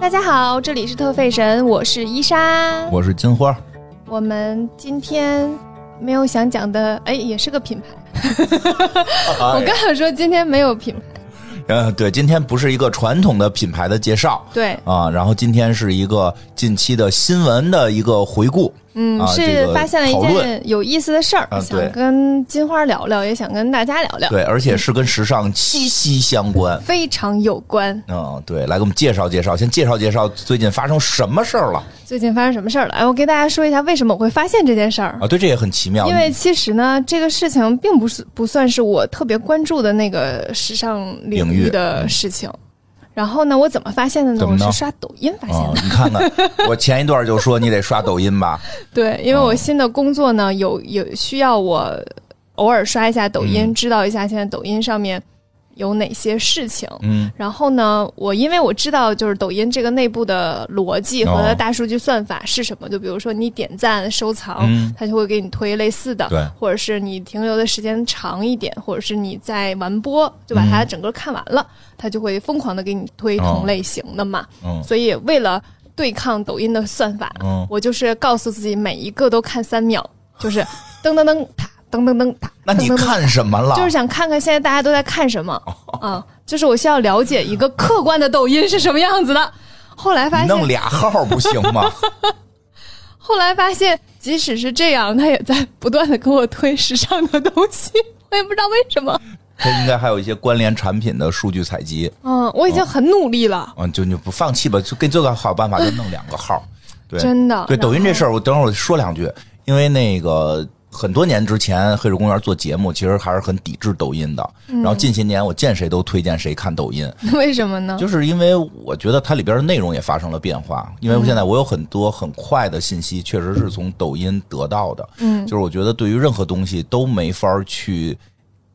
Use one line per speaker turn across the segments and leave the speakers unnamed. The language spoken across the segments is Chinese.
大家好，这里是特费神，我是伊莎。
我是金花，
我们今天没有想讲的，哎，也是个品牌。
啊
我刚
哎
想说今天没有品牌，
呃，对，今天不是一个传统的品牌的介绍
对，
啊，然后今天是一个近期的新闻的一个回顾，
嗯，
啊这
是
个
发现了一
讨
件
论
有意思的事儿，
啊
想
对
跟金花聊聊，也想跟大家聊聊，
对，而且是跟时尚息息相关。
非常有关。
嗯，对，来给我们介绍介绍，先介绍介绍最近发生什么事儿了
最近发生什么事儿了？哎，我给大家说一下为什么我会发现这件事儿。
啊？对，这也很奇妙，
因为其实呢，这个事情并不是不算是我特别关注的那个时尚领
领域
的事情。然后呢，我怎么发现的呢？
怎么呢
我是刷抖音发现
啊、
的。
你 看看，我前一段就说你得刷抖音吧，
对，因为
哦
我新的工作呢，有有需要我偶尔刷一下抖音，
嗯
知道一下现在抖音上面有哪些事情。
嗯，
然后呢，我因为我知道就是抖音这个内部的逻辑和它
哦
大数据算法是什么，就比如说你点赞、收藏，
嗯
它就会给你推类似的，
对
或者是你停留的时间长一点，或者是你在完播就
嗯
把它整个看完了，它就会疯狂的给你推
哦
同类型的嘛。
嗯
所以为了对抗抖音的算法，
嗯
我就是告诉自己每一个都看三秒，就是 噔噔噔哒，噔噔噔哒。
那你
噔噔噔
看什么了？
就是想看看现在大家都在看什 么啊，就是我需要了解一个客观的抖音是什么样子的。后来发
你弄
现，
俩号不行吗？
后来发现，即使是这样，他也在不断的给我推时尚的东西，我也不知道为什么。
它应该还有一些关联产品的数据采集。
嗯，我已
哦
经很努力了，
嗯，就你不放弃吧，就跟这个好办法就弄两个号，对，
真的
对，
然后
抖音这事儿，我等会儿我说两句，因为那个很多年之前，黑水公园做节目，其实还是很抵制抖音的。
嗯
然后近些年，我见谁都推荐谁看抖音，
为什么呢？
就是因为我觉得它里边的内容也发生了变化。因为现在我有很多很快的信息，确实是从抖音得到的。嗯，就是我觉得对于任何东西都没法儿去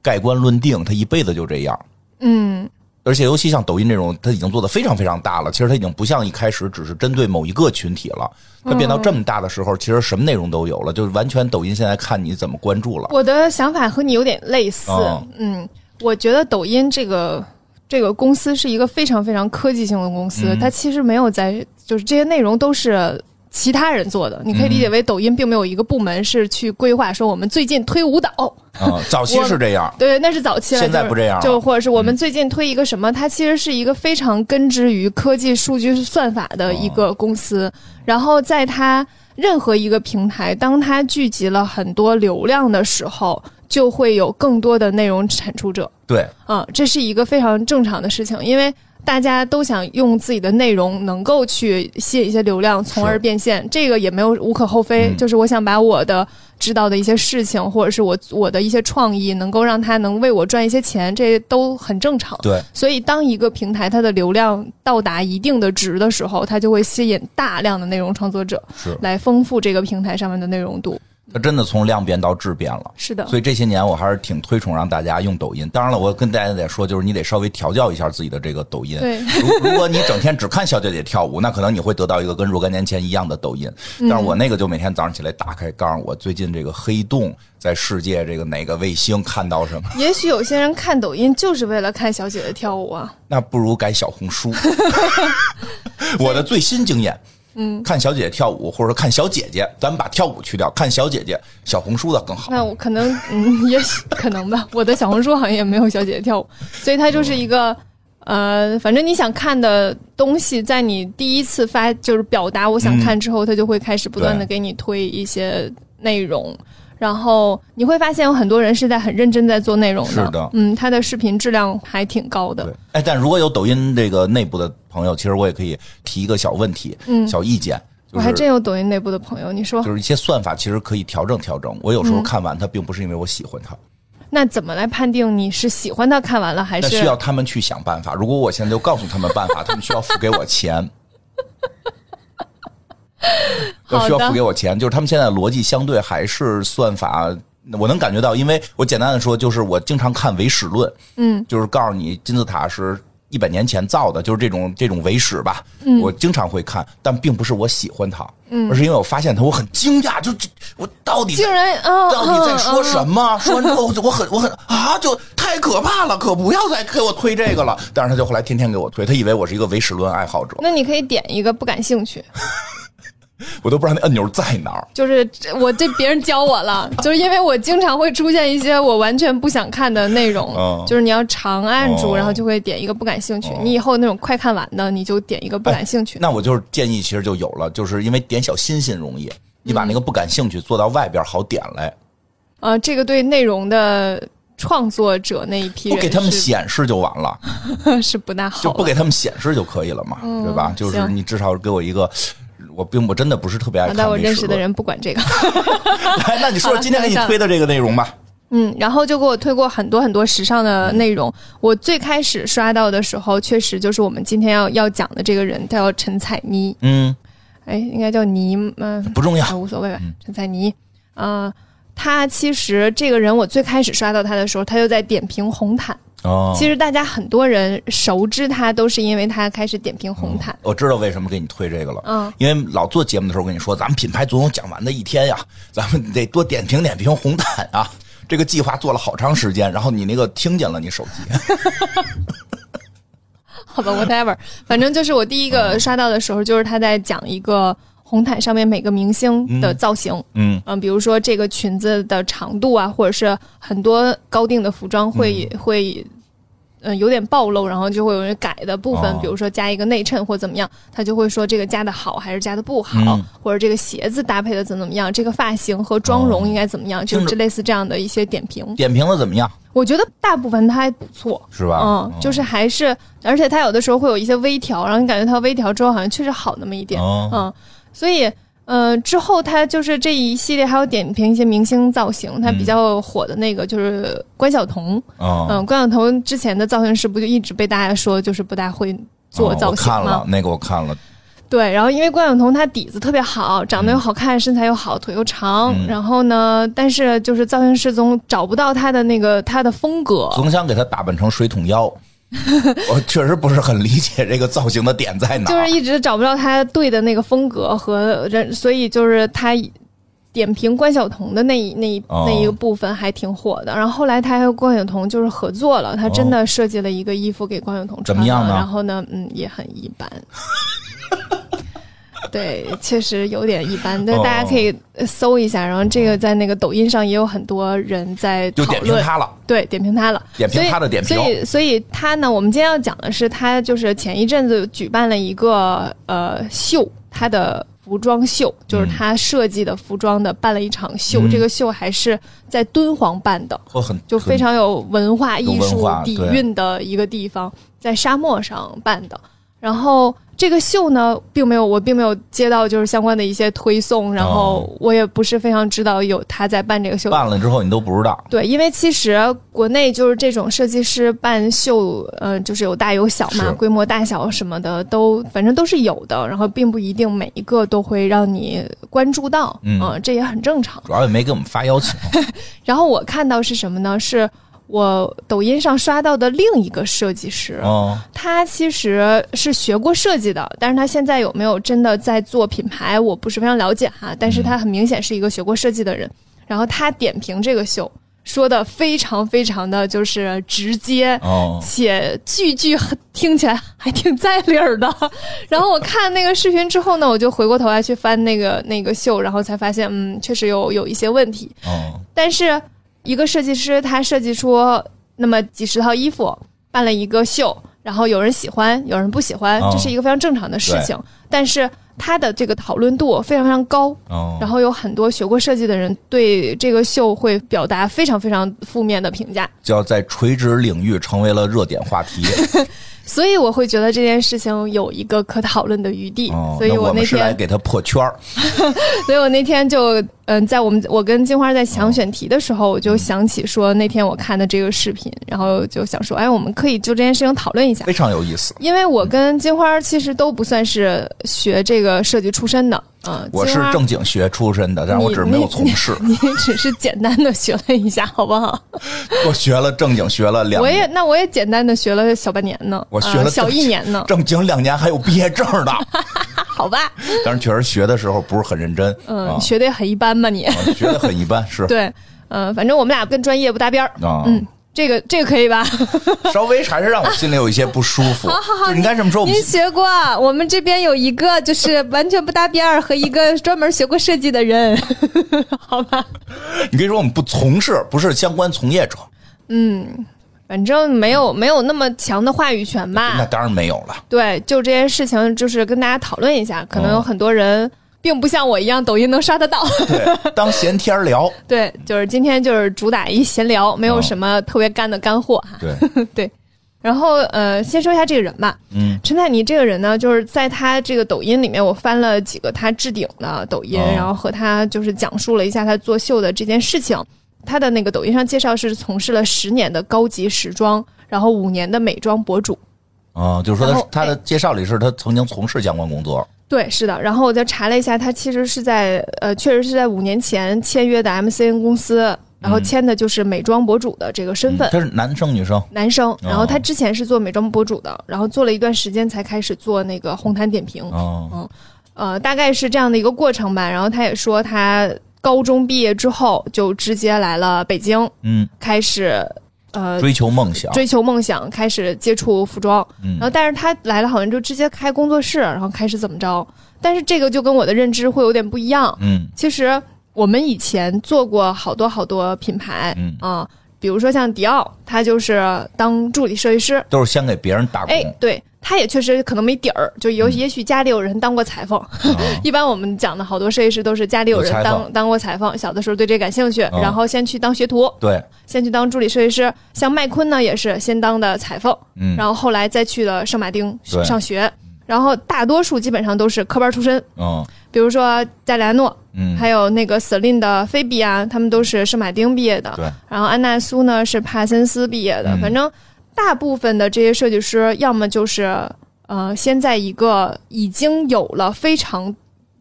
盖棺论定，它一辈子就这样。
嗯，
而且尤其像抖音这种，它已经做的非常非常大了。其实它已经不像一开始只是针对某一个群体了，它变到这么大的时候，其实什么内容都有了，就是完全抖音现在看你怎么关注了。
我的想法和你有点类似
哦。
嗯，我觉得抖音这个这个公司是一个非常非常科技性的公司，
嗯
它其实没有在就是这些内容都是。其他人做的，你可以理解为抖音并没有一个部门是去规划说我们最近推舞蹈，
啊、早期是这样，
对，那是早期了，
现在不这样了嗯
就是就或者是我们最近推一个什么，它其实是一个非常根植于科技数据算法的一
哦
个公司，然后在它任何一个平台，当它聚集了很多流量的时候，就会有更多的内容产出者，
对，
啊，这是一个非常正常的事情，因为。大家都想用自己的内容能够去吸引一些流量，从而变现，这个也没有无可厚非。
嗯
就是我想把我的知道的一些事情，或者是我我的一些创意，能够让它能为我赚一些钱，这都很正常。
对，
所以，当一个平台它的流量到达一定的值的时候，它就会吸引大量的内容创作者
是，
来丰富这个平台上面的内容度。
它真的从量变到质变了。
是的，
所以这些年我还是挺推崇让大家用抖音。当然了，我跟大家得说，就是你得稍微调教一下自己的这个抖音。
对
如如果你整天只看小姐姐跳舞，那可能你会得到一个跟若干年前一样的抖音。
嗯
但是我那个就每天早上起来打开，告诉我最近这个黑洞在世界这个哪个卫星看到什么，
也许有些人看抖音就是为了看小姐姐跳舞啊。
那不如改小 红书。我的最新经验。嗯，看小姐姐跳舞，或者说看小姐姐，咱们把跳舞去掉，看小姐姐，小红书的更好。
那我可能，嗯，也许可能吧。我的小红书好像也没有小姐姐跳舞，所以它就是一个，呃，反正你想看的东西，在你第一次发就是表达我想看之后，它就会开始不断的
嗯对
给你推一些内容。然后你会发现有很多人是在很认真在做内容的，
是的
嗯，他的视频质量还挺高的
对，，哎，但如果有抖音这个内部的朋友，其实我也可以提一个小问题，嗯，小意见，就是、
我还真有抖音内部的朋友，你说
就是一些算法其实可以调整调整。我有
嗯
时候看完它，并不是因为我喜欢它，
那怎么来判定你是喜欢他看完了还
那
是
需要他们去想办法。如果我现在就告诉他们办 法，他们需要付给我钱。要需
好
要
的
付给我钱，就是他们现在的逻辑相对还是算法，我能感觉到，因为我简单的说，就是我经常看唯史论，嗯，就是告诉你金字塔是一百年前造的，就是这种这种伪史吧。
嗯
我经常会看，但并不是我喜欢它，而是因为我发现它，我很惊讶，就这我到底在
竟然啊，
到底在说
么？
什么？说完之后，我很我很啊，就太可怕了，可不要再给我推这个了。但是他就后来天天给我推，他以为我是一个唯史论爱好者，
那你可以点一个不感兴趣，
我都不知道那按钮在哪儿。
就是这我这别人教我 了，就是因为我经常会出现一些我完全不想看的内容，
嗯
就是你要长按住，
哦
然后就会点一个不感兴趣。你以后那种快看完的，你就点一个不感兴趣。
那我就是建议，其实就有了，就是因为点小心心容易，你把
嗯
那个不感兴趣做到外边好点来，
呃，这个对内容的创作者那一批
不
人
给他们
是
显示就完了，
是不大好
就
的，
不给他们显示就可以了嘛，对吧？就是
行
你至少给我一个。我并不真的不是特别
好
爱看
在啊我
唯
认
史
识的
论，
人不管这个。
哎，那你说说今天给你推的这个内容吧，
嗯，然后就给我推过很多很多时尚的内容。我最开始刷到的时候，确实就是我们今天要要讲的这个人，他叫陈彩妮，
嗯，
哎，应该叫妮，嗯、
不重要
啊，，无所谓吧，陈彩妮，嗯、她其实这个人，我最开始刷到她的时候，她就在点评红毯。
哦，
其实大家很多人熟知她，都是因为她开始点评红毯。
我知道为什么给你推这个了，
嗯，
因为老做节目的时候我跟你说，咱们品牌总有讲完的一天呀，咱们得多点评点评红毯啊。这个计划做了好长时间，然后你那个听见了，你手机
好吧，whatever，反正就是我第一
哦
个刷到的时候，就是她在讲一个红毯上面每个明星的造型。
嗯
嗯，比如说这个裙子的长度啊，或者是很多高定的服装会、会，嗯、有点暴露，然后就会有人改的部分，
哦
比如说加一个内衬或怎么样，他就会说这个加的好还是加的不好，
嗯
或者这个鞋子搭配的怎么怎么样，这个发型和妆
哦
容应该怎么样，就
听着
这类似这样的一些点评，
点评的怎么样，哦
我觉得大部分它还不错。
是吧？
嗯，就是还是，而且它有的时候会有一些微调，然后你感觉它微调之后好像确实好那么一点。
哦
嗯，所以呃，之后他就是这一系列还有点评一些明星造型，他比较火的那个就是关晓彤，
嗯哦
嗯，关晓彤之前的造型师不就一直被大家说就是不大会做
哦
造
我
型
看
吗
了？那个，我看了，
对，然后因为关晓彤她底子特别好，长
嗯
得又好看，身材又好，腿又长，然后呢，但是就是造型师总找不到她的那个她的风格。
总想给它打扮成水 桶腰，我确实不是很理解这个造型的点在哪
就
儿。
是一直找不到他对的那个风格和人，所以就是他点评关晓彤的那一那一、
哦
那一个部分还挺火的。然后后来他还和关晓彤就是合作了，他真的设计了一个衣服给关晓彤穿的
怎么样呢
然后呢，嗯，也很一般。对，确实有点一般，但是
哦
大家可以搜一下，然后这个在那个抖音上也有很多人在
就
讨
点评
论，
它了，
对，点评他了，
点评他的点评
所以，所以他呢，我们今天要讲的是他就是前一阵子举办了一个呃秀，他的服装秀，就是他设计的服装的办了一场秀，
嗯
这个秀还是在敦煌办的，
我很
就非常有文化艺
有文
术
化
底
对
蕴的一个地方，在沙漠上办的。然后这个秀呢，并没有我并没有接到就是相关的一些推送，然
哦
后我也不是非常知道有他在办这个秀，
办了之后你都不知道，
对，因为其实国内就是这种设计师办秀，呃，就是有大有小嘛，
是
规模大小什么的都，反正都是有的。然后并不一定每一个都会让你关注到，
嗯
呃这也很正常。
主要也没给我们发邀请。
然后我看到是什么呢？是我抖音上刷到的另一个设计师，
哦，
他其实是学过设计的，但是他现在有没有真的在做品牌，我不是非常了解哈。但是他很明显是一个学过设计的人。然后他点评这个秀说的非常非常的就是直接，
哦，
且句句很听起来还挺在理儿的。然后我看那个视频之后呢，我就回过头来去翻那个那个秀，然后才发现，嗯，确实有有一些问题。
哦，
但是一个设计师他设计出那么几十套衣服，办了一个秀，然后有人喜欢，有人不喜欢，
哦
这是一个非常正常的事情。但是他的这个讨论度非常非常高，
哦，
然后有很多学过设计的人对这个秀会表达非常非常负面的评价，
就要在垂直领域成为了热点 话题。
所以我会觉得这件事情有一个可讨论的余地。
哦，
所以
那我
那
们是来
天，
给他破圈儿。
所以我那天就嗯，在我们我跟金花在想选题的时候，我就想起说那天我看的这个视频，然后就想说，哎，我们可以就这件事情讨论一下
非。常有意思。
因为我跟金花其实都不算是学这个设计出身的，嗯，
我是
金花
正经学出身的，但是我
你
只是没有
你
从事。
你 只是简单的学了一下，好不好？
我学了正经学了两
我也
年，
那我也简单的学了小半年呢，
我学
啊
了
小一年 呢，
正经两年还有毕业证 呢。
好吧？
但是确实学的时候不是很认真，
嗯，
啊
你，学的很一般吧你？
啊学的很一般，是
对，嗯，反正我们俩跟专业不搭边儿，
啊，
嗯，这个这个可以吧？
稍微还是让我心里有一些不舒服。
好好好
就是应该这么说，我 们
您学过，我们这边有一个就是完全不搭边儿和一个专门学过设计的人， 好吧？
你可以说我们不从事，不是相关从业者，
反正没有没有那么强的话语权
那
吧。
当然没有了。
对，就这件事情，就是跟大家讨论一下，可能
哦
有很多人并不像我一样抖音能刷得 到。
对，当闲天儿聊，
对，就是今天就是主打一闲聊，没有
哦
什么特别干的干货 哈。
对，
对，然后呃，先说一下这个人吧。
嗯，
陈彩妮这个人呢，就是在她这个抖音里面，我翻了几个她置顶的抖音，
哦
然后和她就是讲述了一下她做秀的这件事情。她的那个抖音上介绍是从事了十年的高级时装，然后五年的美妆博主。
啊，就是
然
说
后哎
他他的介绍里是他曾经从事相关工作，
对，是的。然后我就查了一下，她其实是在呃，确实是在五年前签约的 MCN 公司，然后签的就是美妆博主的这个身份。
嗯嗯他是哦男生女生，
男生，然后他之前是做美妆博主的，然后做了一段时间才开始做那个红毯点评，
哦，
呃，大概是这样的一个过程吧。然后他也说，他高中毕业之后就直接来了北京，
嗯，
开始呃
追求梦想，
追求梦想，开始接触服装。
嗯
然后，但是他来了好像就直接开工作室，然后开始怎么着？但是这个就跟我的认知会有点不一样。
嗯
其实我们以前做过好多好多品牌，
嗯
啊、比如说像迪奥，他就是当助理设计师，
都是先给别人打
哎
工，，
对，他也确实可能没底儿，就
嗯
有、也许家里有人当过裁缝。
啊
一般我们讲的好多设计师都是家里有人
有裁缝
当当过裁缝，小的时候对这感兴趣，
嗯
然后先去当学徒，
对，
先去当助理设计师。像麦昆呢，也是先当的裁缝，
嗯，
然后后来再去了圣马丁
对
上学。然后大多数基本上都是科班出身，
嗯
比如说加里安诺，
嗯，
还有那个 Celine 的菲比啊，他们都是圣马丁毕业的。
对，
然后安娜苏呢是帕森斯毕业的，
嗯
反正大部分的这些设计师，要么就是呃，先在一个已经有了非常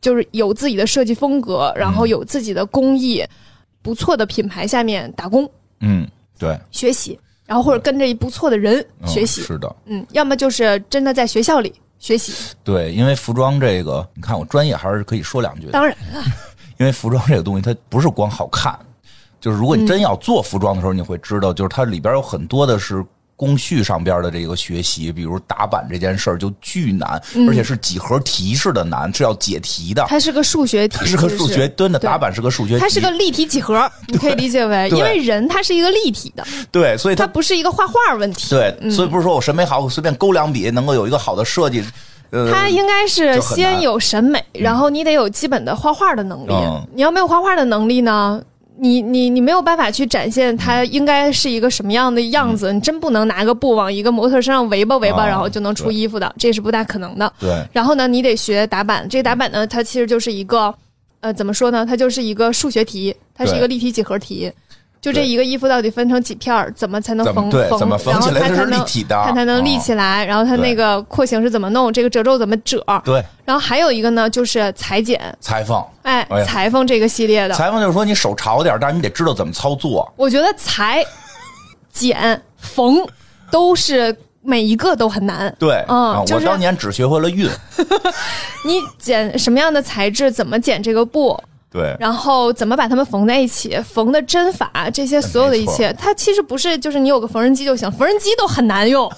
就是有自己的设计风格，然
嗯
后有自己的工艺不错的品牌下面打工
嗯对，
学习，然后或者跟着一不错的人
嗯
学习，
是的，
嗯，要么就是真的在学校里学习。
对，因为服装这个，你看我专业还是可以说两句的，
当然了，
因为服装这个东西，它不是光好看，就是如果你
嗯
真要做服装的时候，你会知道，就是它里边有很多的是工序上边的这个学习，比如打板这件事儿就巨难，
嗯
而且是几何题式的难，是要解题的。
它是个数学题，
它是个数
其
学，
实，
真的
对
打板是个数学题，
它是个立体几何，你可以理解为，
对
因为人他是一个立体的，
对，所以
它嗯
它
不是一个画画问题。
对，所以不是说我审美好，我随便勾两笔能够有一个好的设计，呃，
他应该是
就很难
先有审美，然后你得有基本的画画的能力
嗯。
你要没有画画的能力呢，你你你没有办法去展现它应该是一个什么样的样
嗯
子。你真不能拿个布往一个模特身上围吧围吧，
啊
然后就能出
对
衣服的，这是不大可能的。
对，
然后呢，你得学打板。这打板呢，它其实就是一个，呃，怎么说呢？它就是一个数学题，它是一个
对
立体几何题。就这
对
一个衣服到底分成几片儿，怎么才能
怎么
缝
对
缝，
怎么缝
然后
起来
它
它
才
是
能
立体的
它才能立
哦
起来，然后它那
对
个廓形是怎么弄，这个褶皱怎么褶，
对，
然后还有一个呢就是裁剪，
裁缝，
哎
哎，呀
裁缝这个系列的，
裁缝就是说你手潮点儿，但是你得知道怎么操作，
我觉得裁、剪、缝都是每一个都很难。
对，
嗯
啊，
就
我
是
当年只学会了熨，
你剪什么样的材质，怎么剪这个布，
对，
然后怎么把它们缝在一起，缝的针法，这些所有的一切，它其实不是就是你有个缝纫机就行，缝纫机都很难 用，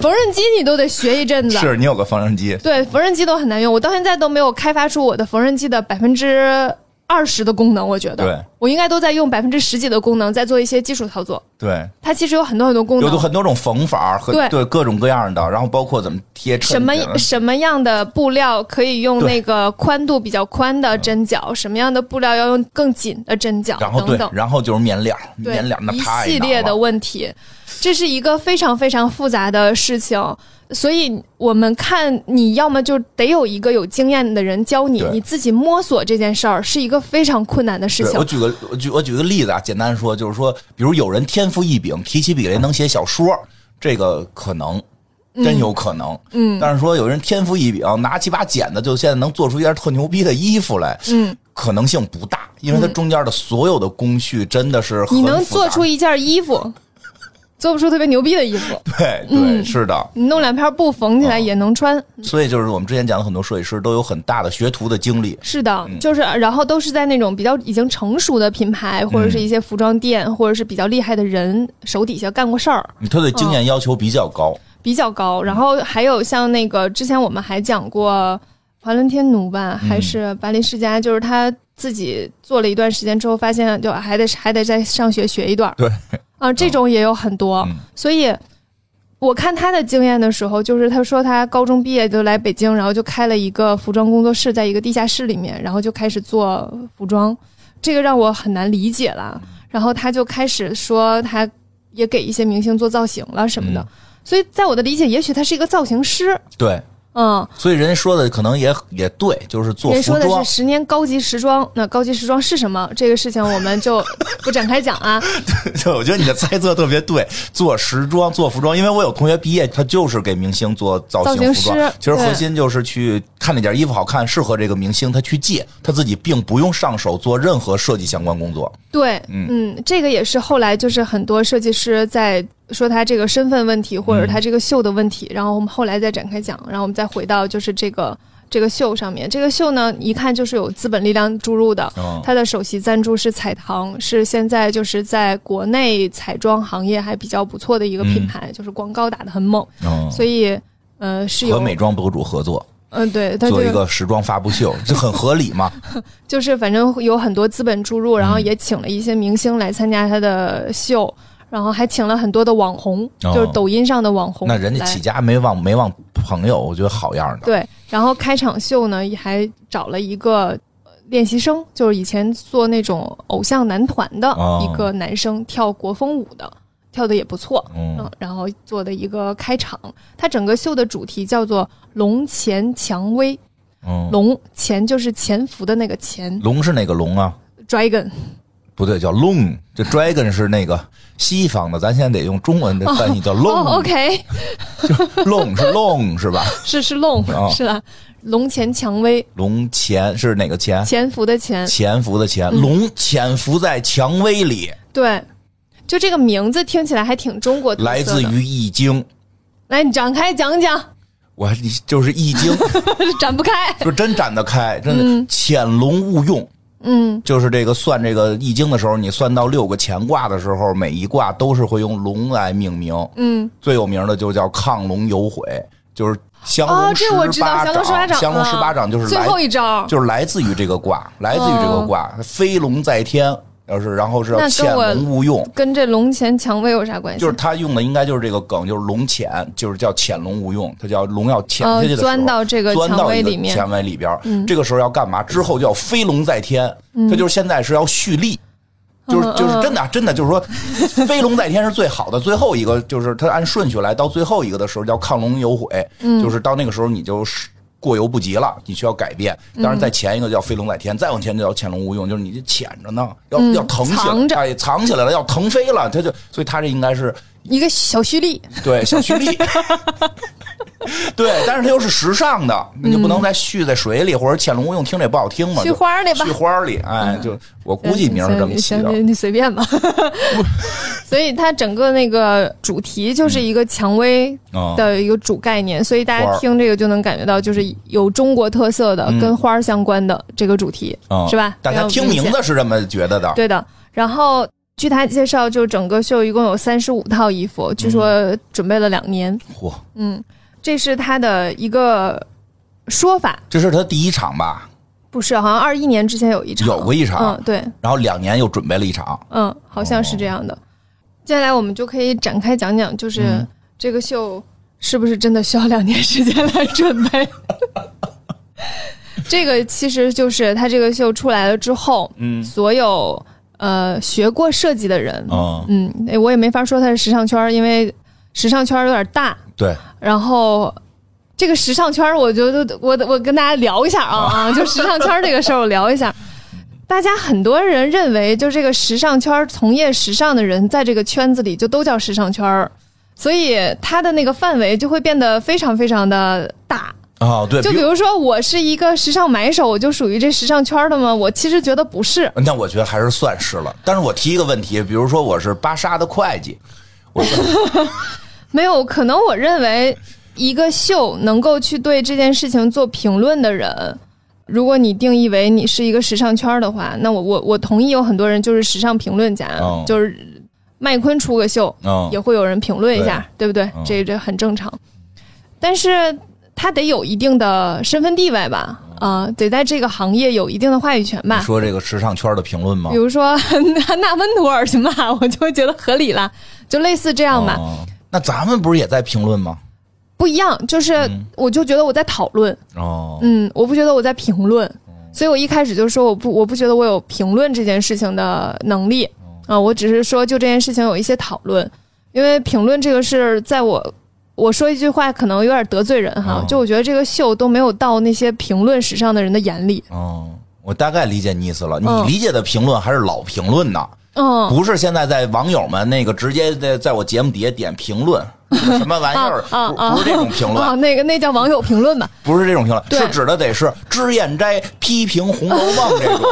缝纫机你都得学一阵子。
是你有个缝纫机，
对，缝纫机都很难用，我到现在都没有开发出我的缝纫机的百分之二十的功能，我觉得
对
我应该都在用百分之十几的功能在做一些基础操作。
对，
它其实有很多很多功
有
能，
很多种缝法儿和
对
对各种各样的，然后包括怎么贴衬
什么
起来
什么样的布料可以用
对
那个宽度比较宽的针脚，什么样的布料要用更紧的针脚，
然后
等
对
等，。
然后就是面料，
对
面料那
一
太
系
难
列的
了
问题，这是一个非常非常复杂的事情，所以我们看你要么就得有一个有经验的人教你
对，
你自己摸索这件事儿是一个非常困难的事
对，
情
我。举个我举我举个例子啊，简单说就是说，比如有人天赋异禀，提起笔来能写小说，这个可能。真有可能，嗯，但是说有人天赋异禀，拿起把剪子就现在能做出一件特牛逼的衣服来，嗯，可能性不大，因为它中间的所有的工序真的是
嗯
很
你能
复杂
做出一件衣 服，做不出特别牛逼的衣服，
对
嗯
对是的，
你弄两片布缝起
啊
来也能穿。
所以就是我们之前讲的很多设计师都有很大的学徒的经历，
是的，
嗯
就是然后都是在那种比较已经成熟的品牌，或
嗯
者是一些服装店，或者是比较厉害的人手底下干过事儿
他对经验要求比较高，
比较高。然后还有像那个之前我们还讲过华伦天奴吧，还是巴黎世家，就是他自己做了一段时间之后，发现就还得还得再上学学一段儿。
对
啊，这种也有很多，
嗯
所以。我看他的经验的时候，就是他说他高中毕业就来北京，然后就开了一个服装工作室，在一个地下室里面，然后就开始做服装，这个让我很难理解了。然后他就开始说，他也给一些明星做造型了什么的，
嗯
所以在我的理解，也许他是一个造型师，
对，
嗯，
所以人家说的可能也也对，就是做
人
服
说的
装
是，十年高级时装，那高级时装是什么？这个事情我们就不展开讲啊。
对，我觉得你的猜测特别对，做时装、做服装，因为我有同学毕业，他就是给明星做造
造型
型服装
师。
其实核
对
心就是去看那件衣服好看，适合这个明星，他去借，他自己并不用上手做任何设计相关工作。
对，嗯这个也是后来就是很多设计师在说他这个身份问题，或
嗯
者是他这个秀的问题，然后我们后来再展开讲，然后我们再回到就是这个这个秀上面。这个秀呢，一看就是有资本力量注入的，
嗯，
它的首席赞助是彩棠，是现在就是在国内彩妆行业还比较不错的一个品牌，就是广告打得很猛，
嗯
所以呃是有
和美妆博主合作，
嗯、对，它
做
这
一个时装发布秀，这很合理嘛？
就是反正有很多资本注入，然
嗯
后也请了一些明星来参加他的秀，然后还请了很多的网红，
哦
就是抖音上的网红来。
那人家起家没忘没忘朋友，我觉得好样的。
对，然后开场秀呢也还找了一个呃练习生，就是以前做那种偶像男团的
哦
一个男生、跳国风舞的，跳的也不错。
嗯
嗯，然后做的一个开场，它整个秀的主题叫做“龙潜蔷薇”，
嗯，
龙潜就是潜伏的那个潜
龙是哪个龙啊？
，dragon，
不对，叫 long。这 dragon 是那个西方的，咱现在得用中文的翻译叫
哦
long。
，OK，
long 是 long 是吧？
是是龙
哦，
是啦，龙潜蔷薇，
龙潜是哪个潜？
潜伏的潜，嗯
潜伏的潜，龙潜伏在蔷薇里，
对，就这个名字听起来还挺中国特色的。
来自于《易经》。
来，你展开讲讲，
我你就是《易经》，
展不开。
就真展得开，真
嗯
的潜龙勿用。嗯，就是这个算这个易经的时候，你算到六个乾卦的时候，每一卦都是会用龙来命名。嗯，最有名的就叫亢龙有悔，就是降
哦
龙
这我知道降龙十八掌嗯啊
降龙十八掌就是
最
来
后一招，
就是来自于这个卦，来自于这个卦，飞龙在天，要是然后是要
那
潜
跟我
龙勿用，
跟这龙潜蔷薇有啥关系？
就是他用的应该就是这个梗，就是龙潜，就是叫潜龙勿用，它叫龙要潜下
呃
去的，时候，
钻到这个
钻
蔷
到
薇
一个
里面。嗯
蔷薇里边儿，这个时候要干嘛？之后就要飞龙在天，它就是现在是要蓄力。就是
嗯
就是
嗯
真的啊真的就是说，飞龙在天是最好的。最后一个就是它按顺序来，到最后一个的时候叫亢龙有悔，
嗯
就是到那个时候你就是过犹不及了，你需要改变。
嗯
当然，在前一个叫飞龙在天，再往前就叫潜龙勿用，就是你就潜着呢，要要腾起来，
嗯藏着
哎，藏起来了，要腾飞了，它就所以它这应该是
一个小蓄力，
对，小蓄 力。对，但是它又是时尚的，你就不能再蓄在水里，或者潜龙勿用，听着也不好听嘛。
蓄嗯花儿里吧嗯
蓄花儿里，哎，就我估计名儿是这么起
呃行，
的。
行你随便 吧。所以它整个那个主题就是一个蔷薇
嗯
的一个主概念，所以大
花
家
儿
听这个就能感觉到，就是有中国特色的、跟花儿相关的这个主题，
嗯
是吧？
大
没
家
有
听
明显
名字是这么觉得的。
对的。然后据他介绍，就整个秀一共有三十五套衣服，据说
嗯
准备了两年，
嚯，
这是他的一个说法，
这是他第一场吧？
不是？好像二一年之前有一场，
有过一场
嗯，对，
然后两年又准备了一场，
嗯，好像是这样的。接下来我们就可以展开讲讲，就是
嗯
这个秀是不是真的需要两年时间来准备？ 这个其实就是他这个秀出来了之后，
嗯
所有呃学过设计的人，
啊，
嗯，哎我也没法说他是时尚圈儿，因为时尚圈儿有点大，
对，
然后这个时尚圈儿，我觉得我我跟大家聊一下啊 啊，就时尚圈儿这个事儿，我聊一下。大家很多人认为，就这个时尚圈儿从业时尚的人，在这个圈子里就都叫时尚圈儿，所以它的那个范围就会变得非常非常的大。
啊，对，
呃就比
比
如说，我是一个时尚买手，我就属于这时尚圈儿的吗？我其实觉得不是。
那我觉得还是算是了。但是我提一个问题，比如说我是巴莎的会计，我
没有，可能我认为一个秀能够去对这件事情做评论的人，如果你定义为你是一个时尚圈儿的话，那我我我同意有很多人就是时尚评论家，
哦
就是麦昆出个秀、
嗯
也会有人评论一下，对不对？这这很正常，但是他得有一定的身份地位吧，啊、得在这个行业有一定的话语权吧
嗯你。说这个时尚圈的评论吗
比？如说 安娜温图尔去骂，我就会觉得合理了，就类似这样吧。
啊，那咱们不是也在评论吗？
不一样，就是
嗯
我就觉得我在讨论，
哦，
嗯，我不觉得我在评论，所以我一开始就说我不我不觉得我有评论这件事情的能力
哦
啊，我只是说就这件事情有一些讨论，因为评论这个是在我我说一句话可能有点得罪人哈
哦，
就我觉得这个秀都没有到那些评论时尚的人的眼里，
哦，我大概理解你意思了。你
嗯
理解的评论还是老评论呢，
嗯。
不是现在在网友们那个直接在在我节目底下点 评论，什么玩意儿？
啊
不
啊！
不是这种评
啊，
论，
那个那叫网友评论吧，
不是这种评论，
对
是指的得是脂砚斋批评《红楼梦》这 种，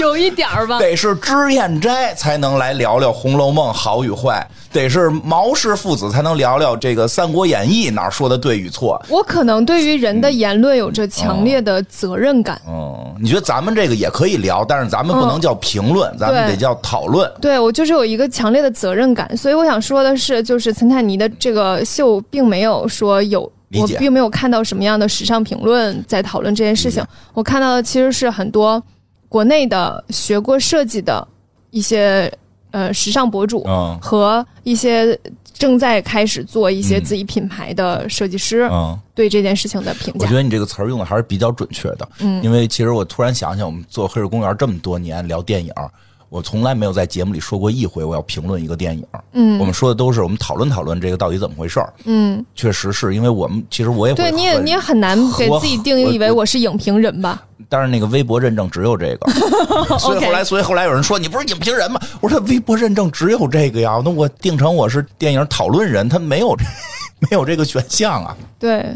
有一点儿吧。
得是脂砚斋才能来聊聊《红楼梦》好与坏，得是毛氏父子才能聊聊这个《三国演义》哪儿说的对与错。
我可能对于人的言论有着强烈的责任感，
嗯，你觉得咱们这个也可以聊，但是咱们不能叫评论，咱们
嗯对
得叫讨论。
对我就是有一个强烈的责任感，所以我想说的是，就是岑灿妮的这个秀并没有说有。
理
我
解
并没有看到什么样的时尚评论在讨论这件事情，我看到的其实是很多国内的学过设计的一些呃时尚博主
嗯
和一些正在开始做一些自己品牌的设计师
嗯。
对这件事情的评
我
价
觉。得你这个词儿用的还是比较准确的，嗯，因为其实我突然想想，我们做黑水公园这么多年聊电影儿，我从来没有在节目里说过一回我要评论一个电影，嗯，我们说的都是我们讨论讨论这个到底怎么回事儿，嗯，确实是因为我们其实我也会
对，你也
很
你也很难给
我
自己定义
我
为我是影评人吧？
但是那个微博认证只有这 个，所以后来，所以后来有人说你不是影评人吗？我说微博认证只有这个呀，那我定成我是电影讨论人，他没有这 没有这个选项啊。
对，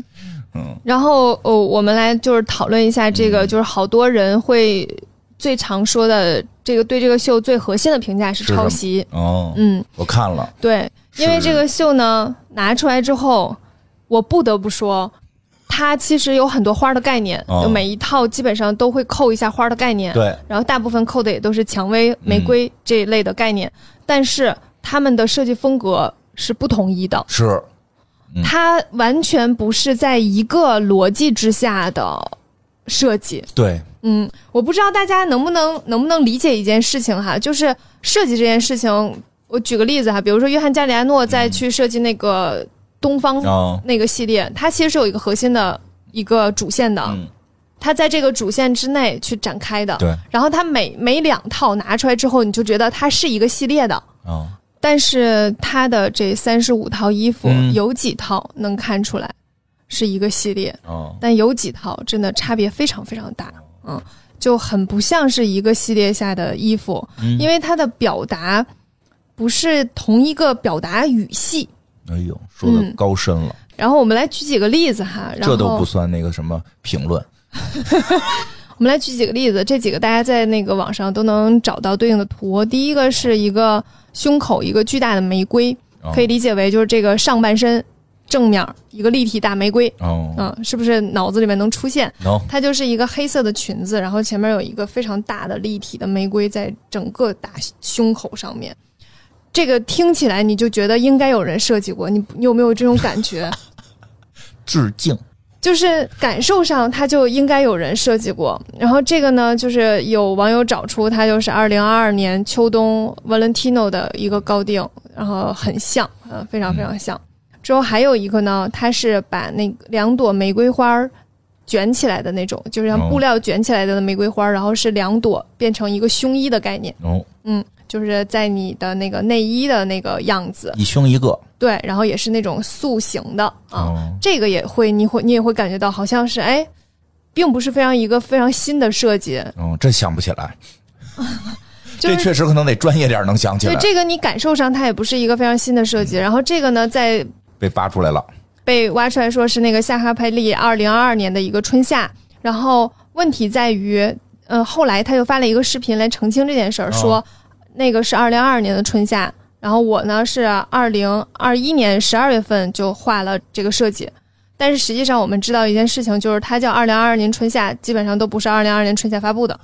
嗯，然后哦，我们来就是讨论一下这
嗯
个，就是好多人会最常说的这个对这个秀最核心的评价是
是什么
抄袭，
哦，
嗯，
我看了，
对，因为这个秀呢拿出来之后，我不得不说。它其实有很多花的概念，
哦
就每一套基本上都会扣一下花的概念，
对，嗯
然后大部分扣的也都是蔷薇、玫瑰这一类的概念，但是他们的设计风格是不统一的，
是嗯
它完全不是在一个逻辑之下的设计。
对，
嗯，我不知道大家能不能能不能理解一件事情哈，就是设计这件事情。我举个例子哈，比如说约翰加里安诺在去设计那个东方
哦，
那个系列，它其实是有一个核心的一个主线的，
嗯，
它在这个主线之内去展开的。
对，
然后它每每两套拿出来之后，你就觉得它是一个系列的，
哦，
但是他的这三十五套衣服、
嗯
有几套能看出来是一个系列，
哦，
但有几套真的差别非常非常大，嗯，就很不像是一个系列下的衣服，
嗯
因为它的表达不是同一个表达语系。
哎呦，说的高深了，
然后我们来举几个例子哈，嗯然后
这都不算那个什么评论。
我们来举几个例子，这几个大家在那个网上都能找到对应的图。第一个是一个胸口一个巨大的玫瑰，
哦
可以理解为就是这个上半身正面一个立体大玫瑰，
哦，
嗯，是不是脑子里面能出现？
能
它就是一个黑色的裙子，然后前面有一个非常大的立体的玫瑰在整个大胸口上面。这个听起来你就觉得应该有人设计过，你你有没有这种感觉？
致敬，
就是感受上，它就应该有人设计过。然后这个呢，就是有网友找出，它就是二零二二年秋冬 Valentino 的一个高定，然后很像，呃，非常非常像。之后还有一个呢，它是把那两朵玫瑰花儿卷起来的那种，就是像
哦
布料卷起来的玫瑰花儿，然后是两朵变成一个胸衣的概念，
哦，
就是在你的那个内衣的那个样子，
一胸一个
对，然后也是那种塑形的啊。
哦，
这个也会，你会你也会感觉到好像是哎，并不是非常一个非常新的设计，
嗯，真想不起来，
就
这
是。
确实可能得专业点儿能想起
对
来，
这个，你感受上它也不是一个非常新的设计。然后这个呢，在
被扒出来了。
被挖出来说是那个夏哈佩利二零二二年的一个春夏。然后问题在于，呃，后来他又发了一个视频来澄清这件
哦
事儿，说那个是二零二二年的春夏，然后我呢是二零二一年十二月份就画了这个设计。但是实际上，我们知道一件事情，就是它叫二零二二年春夏，基本上都不是二零二二年春夏发布 的。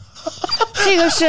这个是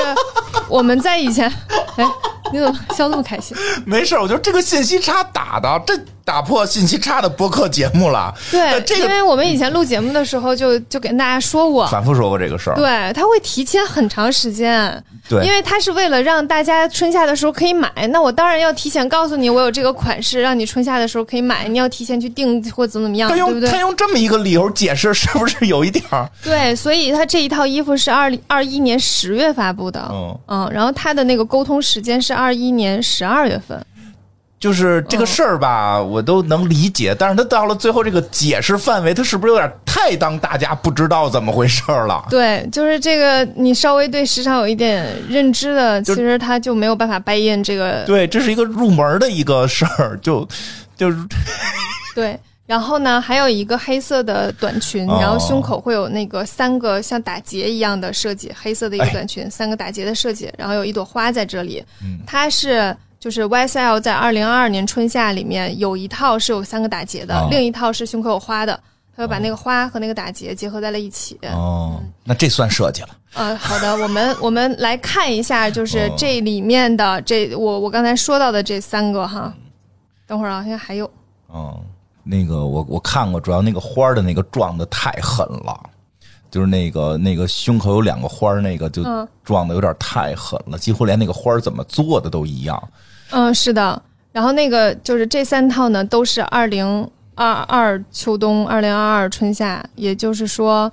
我们在以前， 哎，你怎么笑那么开心？
没事儿，我觉得这个信息差打的，这打破信息差的播客节目了。那
对，
这
因
个
为我们以前录节目的时候就就跟大家说过，
反复说过这个事儿，
对，他会提前很长时间，
对
因为他是为了让大家春夏的时候可以买，那我当然要提前告诉你我有这个款式，让你春夏的时候可以买，你要提前去订或怎么怎么样，
他
对
用
不
他
对？
用这么一个理由解释，是不是有一点儿？
对，所以他这一套衣服是二二一年十月发布的，
嗯
然后他的那个沟通时间是二一年十二月份，
嗯就是这个事儿吧，我都能理解，但是他到了最后这个解释范围，他是不是有点太当大家不知道怎么回事儿了？
对，就是这个你稍微对时尚有一点认知的，
就
其实他就没有办法掰印这个
对，这是一个入门的一个事儿，就就是
对，然后呢，还有一个黑色的短裙，
哦
然后胸口会有那个三个像打结一样的设计，黑色的一个
哎
短裙，三个打结的设计，然后有一朵花在这里。
嗯
它是就是 YSL 在二零二二年春夏里面有一套是有三个打结的，
哦
另一套是胸口有花的。他就把那个花和那个打结结合在了一起。
哦，那这算设计了。
呃，好的，我们我们来看一下，就是
哦
这里面的这我我刚才说到的这三个哈。等会儿啊，现在还有。
嗯，那个我我看过，主要那个花儿的那个撞的太狠了，就是那个那个胸口有两个花儿，那个就
嗯
撞的有点太狠了，几乎连那个花儿怎么做的都一样。
嗯，是的。然后那个就是这三套呢，都是二零二二秋冬、二零二二春夏，也就是说，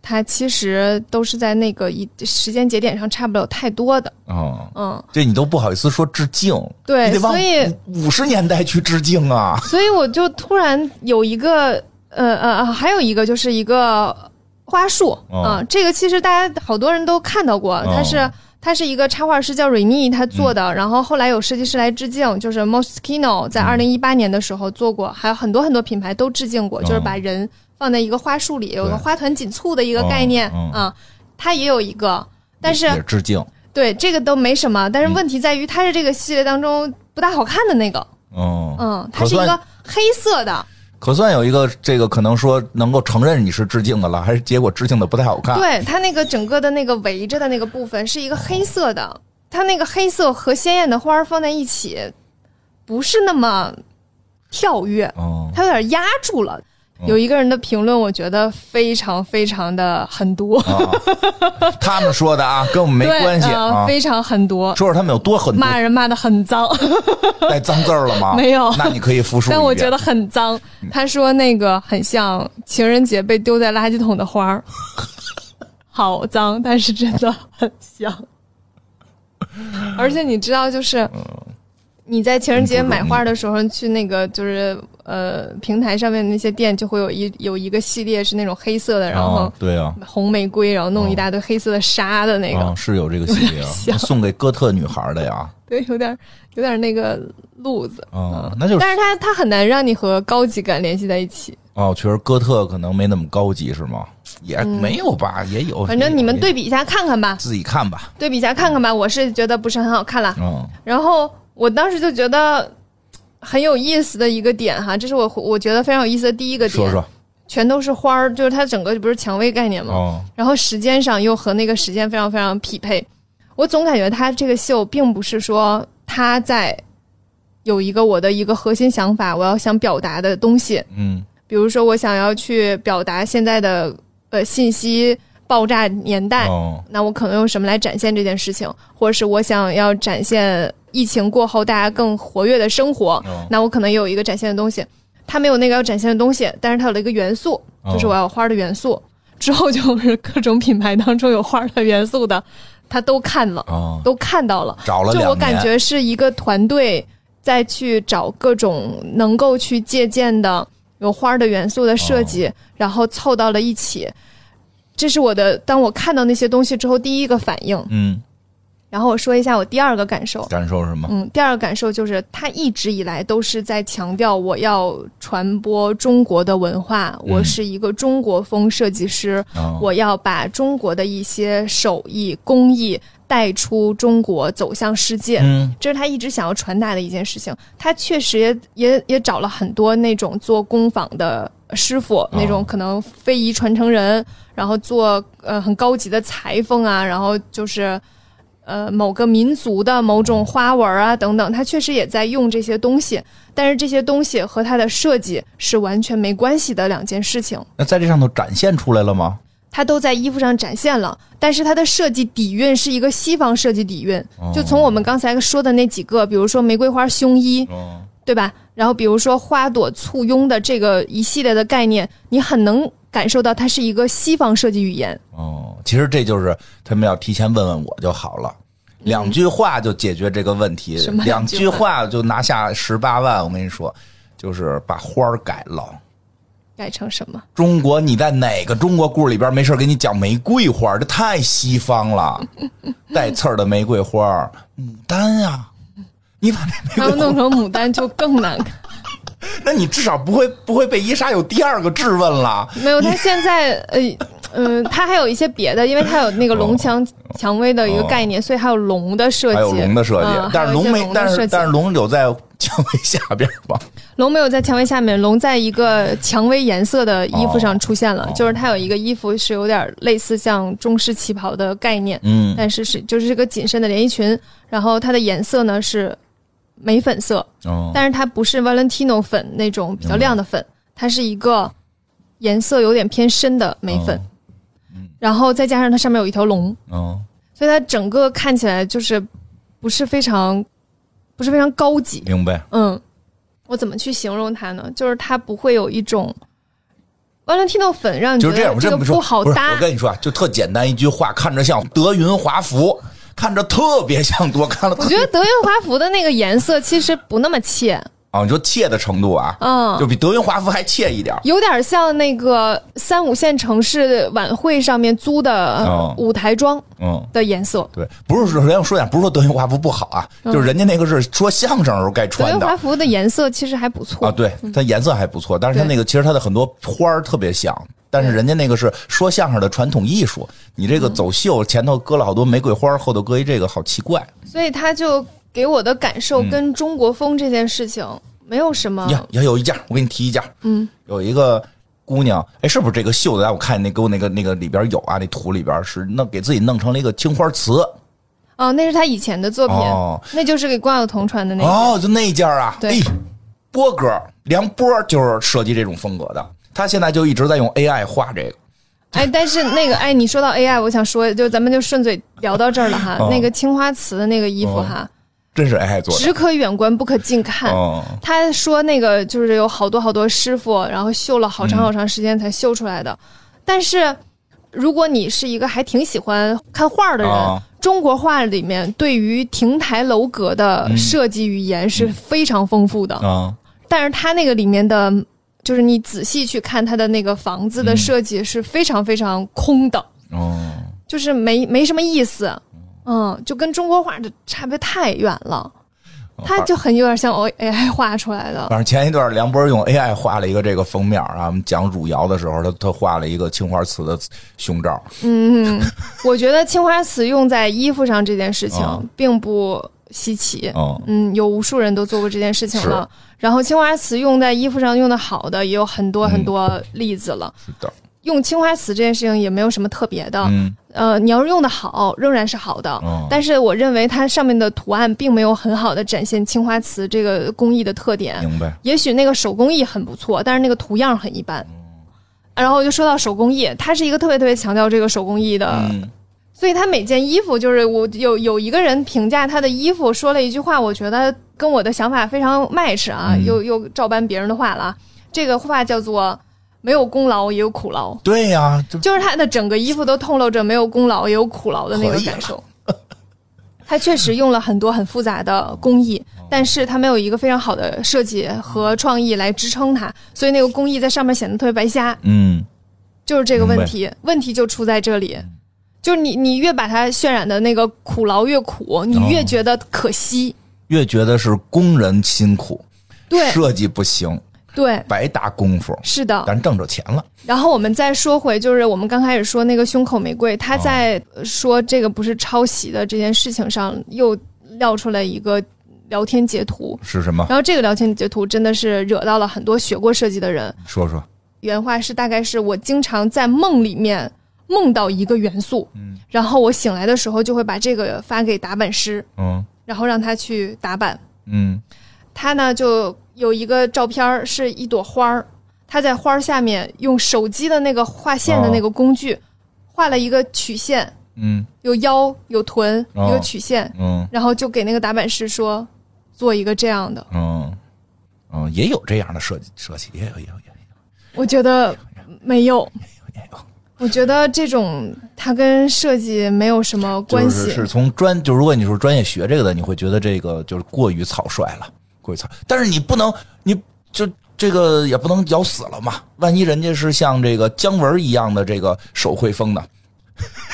它其实都是在那个一时间节点上差不了太多的。
嗯，
嗯，
这你都不好意思说致敬，
对
你得往
所以
五十年代去致敬啊。
所以我就突然有一个，呃呃，还有一个就是一个花束啊、
哦
这个其实大家好多人都看到过，它是。它是一个插画师叫瑞尼他做
嗯
的，然后后来有设计师来致敬，就是 Moschino 在二零一八年的时候做过，还有很多很多品牌都致敬过，
哦
就是把人放在一个花束里，有个
对
花团锦簇的一个概念
哦哦
啊、它也有一个，但是
也嗯致敬，
对这个都没什么，但是问题在于它是这个系列当中不大好看的那个，
嗯
嗯，它
可
是一
算
个黑色的，
可算有一个这个可能说能够承认你是致敬的了，还是结果致敬的不太好看。
对，它那个整个的那个围着的那个部分是一个黑色的，它那个黑色和鲜艳的花儿放在一起，不是那么跳跃，
嗯，
它有点压住了。有一个人的评论，我觉得非常非常的很多，
他们说的啊，跟我们没
对，
关系
呃
啊。
非常很多，
说说他们有多狠毒，
骂人骂的很脏。
带脏字儿了吗？
没有
那你可以复述一遍。
但我觉得很脏。他说那个很像情人节被丢在垃圾桶的花儿， 好脏，但是真的很香。而且你知道，就是
嗯
你在情人节买花的时候，去那个就是呃平台上面那些店，就会有一有一个系列是那种黑色的，然后
啊、对啊，
红玫瑰，然后弄一大堆黑色的纱的那
啊
个，
是有这个系 列啊，
像
送给哥特女孩的呀。
对，有点有点那个路子。
啊，那就是
嗯但是它它很难让你和高级感联系在一起。
哦，确实哥特可能没那么高级是吗？也没有吧，也有。
嗯反正你们
也有
对比一下看看吧，
自己看吧。
对比一下看看吧。我是觉得不是很好看了。
嗯，
然后我当时就觉得很有意思的一个点哈，这是我我觉得非常有意思的第一个点，
说说
全都是花儿，就是它整个不是蔷薇概念嘛，
哦，
然后时间上又和那个时间非常非常匹配。我总感觉它这个秀并不是说它在有一个我的一个核心想法，我要想表达的东西，
嗯，
比如说我想要去表达现在的呃信息爆炸年代，
哦，
那我可能用什么来展现这件事情，或者是我想要展现疫情过后大家更活跃的生活，
哦
那我可能也有一个展现的东西。它没有那个要展现的东西，但是它有了一个元素，就是我要有花儿的元素。之后就是各种品牌当中有花儿的元素的，他都看了，
哦，
都看到了。
找了
就
两
我
年，
感觉是一个团队在去找各种能够去借鉴的有花儿的元素的
哦
设计，然后凑到了一起。这是我的，当我看到那些东西之后第一个反应。
嗯，
然后我说一下我第二个感受。
感受是吗？
嗯，第二个感受就是，他一直以来都是在强调我要传播中国的文化，我是一个中国风设计师，
嗯哦
嗯我要把中国的一些手艺工艺带出中国，走向世界。
嗯
这是他一直想要传达的一件事情。他确实也也也找了很多那种做工坊的师傅，那种可能非遗传承人，然后做呃很高级的裁缝啊，然后就是呃某个民族的某种花纹啊等等。他确实也在用这些东西，但是这些东西和他的设计是完全没关系的两件事情。
那在这上头展现出来了吗？
它都在衣服上展现了，但是它的设计底蕴是一个西方设计底蕴，
哦
就从我们刚才说的那几个，比如说玫瑰花胸衣，
哦，
对吧？然后比如说花朵簇拥的这个一系列的概念，你很能感受到它是一个西方设计语言。
哦，其实这就是他们要提前问问我就好了。两句话就解决这个问题，
嗯什么
两
两
句
句
话就拿下十八万。我跟你说，就是把花儿改了。
改成什 么？
中国，你在哪个中国故事里边没事儿给你讲玫瑰花？这太西方了， 带刺儿的玫瑰花，牡丹呀、你把这，
它要弄成牡丹就更难看。
那你至少不会不会被伊莎有第二个质问了。
没有，它现在呃嗯，它还有一些别的，因为它有那个龙墙蔷薇的一个概念，所以还有龙的设计，
哦还有龙的设计，
嗯
但
还
是
有一
龙
些
没，
龙的
但
设
是
计
但是龙有在蔷薇下边 吧？
龙没有在蔷薇下面，龙在一个蔷薇颜色的衣服上出现了，
哦
就是它有一个衣服是有点类似像中式旗袍的概念，
嗯，
但是是就是这个紧身的连衣裙，然后它的颜色呢是玫粉色，
哦
但是它不是 Valentino 粉那种比较亮的粉，它是一个颜色有点偏深的玫粉，
哦
然后再加上它上面有一条龙，
哦，
所以它整个看起来就是不是非常不是非常高级，
明白。
嗯，我怎么去形容它呢？就是它不会有一种 Valentino 粉让你
就
觉
是这
得
样，我
这
这
个
么说，
好
不是
搭
我。跟你说啊，就特简单一句话，看着像德云华服，看着特别像多，看了
我觉得德云华服的那个颜色其实不那么切，
啊，你说怯的程度啊，
嗯
就比德云华服还怯一点儿。
有点像那个三五线城市晚会上面租
哦
的舞台装
嗯，
的颜色。
对，不是说人家说点，不是说德云华服不好啊，
嗯
就是人家那个是说相声时候该
德
穿
云
的
华服的颜色其实还不错
啊，对，它颜色还不错，但是它
对
那个其实它的很多花儿特别像。但是人家那个是说相声的传统艺术，你这
嗯
个走秀前头搁了好多玫瑰花，后头搁一这个，好奇怪
所以它就给我的感受跟中国风这件事情没有什么。
嗯呀！也有一件，我给你提一件，嗯，有一个姑娘，哎，是不是这个袖子啊？我看那给我那个那个里边有啊，那图里边是弄给自己弄成了一个青花瓷，
哦，那是他以前的作品，
哦
那就是给关晓彤穿的那个。
哦，就那件儿啊，
对
哎，波哥梁波就是设计这种风格的，他现在就一直在用 AI 画这个。
哎，但是那个，哎，你说到 AI，我想说，就咱们就顺嘴聊到这儿了哈。
哦
那个青花瓷的那个衣服哈，
真是 AI 做的
只可远观不可近看。
哦，
他说那个就是有好多好多师傅，然后绣了好
嗯
长好长时间才绣出来的。但是如果你是一个还挺喜欢看画的人，
哦
中国画里面对于亭台楼阁
嗯
的设计语言是非常丰富的。
啊，
但是它那个里面的，就是你仔细去看它的那个房子的
嗯
设计是非常非常空的，
哦，
就是没没什么意思，嗯，就跟中国画的差别太远了，
哦
它就很有点像 AI 画出来的，
反正前一段梁波用 AI 画了一个这个封面啊，我们讲汝窑的时候，他他画了一个青花瓷的胸罩，
我觉得青花瓷用在衣服上这件事情
啊
并不稀奇。
嗯，
嗯，有无数人都做过这件事情
嗯
了。然后青花瓷用在衣服上用的好的也有很多很多例子了。
是的，
用青花瓷这件事情也没有什么特别的，
嗯，
呃，你要是用的好，仍然是好的。
哦
但是我认为它上面的图案并没有很好的展现青花瓷这个工艺的特点。
明白。
也许那个手工艺很不错，但是那个图样很一般。然后我就说到手工艺，它是一个特别特别强调这个手工艺的，
嗯，
所以他每件衣服就是我有有一个人评价他的衣服，说了一句话，我觉得跟我的想法非常 match 啊，
嗯
又又照搬别人的话了啊。这个话叫做“没有功劳也有苦劳”，
对呀，就
就是他的整个衣服都透露着没有功劳也有苦劳的那个感受。他确实用了很多很复杂的工艺，但是他没有一个非常好的设计和创意来支撑它，所以那个工艺在上面显得特别白瞎。
嗯，
就是这个问题，问题就出在这里，就是你你越把它渲染的那个苦劳越苦，你越觉得可惜。
越觉得是工人辛苦，
对哦
设计不行，
对，
白打功夫，
是的。
咱挣着钱了。
然后我们再说回，就是我们刚开始说那个胸口玫瑰，他在呃说这个不是抄袭的这件事情上，又撂出来一个聊天截图。
是什么？
然后这个聊天截图真的是惹到了很多学过设计的人。
说说。
原话是大概是我经常在梦里面梦到一个元素，然后我醒来的时候就会把这个发给打版师，
嗯
然后让他去打版。
嗯
他呢就有一个照片儿是一朵花儿，他在花儿下面用手机的那个画线的那个工具、画了一个曲线，
嗯
有腰有臀、
哦
一个曲线，
嗯
然后就给那个打版师说做一个这样的。
嗯嗯，也有这样的设计设计，也有也有也有
我觉得没有，
也有。
我觉得这种它跟设计没有什么关
就
系
是。是从专就如果你是专业学这个的，你会觉得这个就是过于草率了，过于草。但是你不能，你就这个也不能咬死了嘛。万一人家是像这个姜文一样的这个手绘风呢？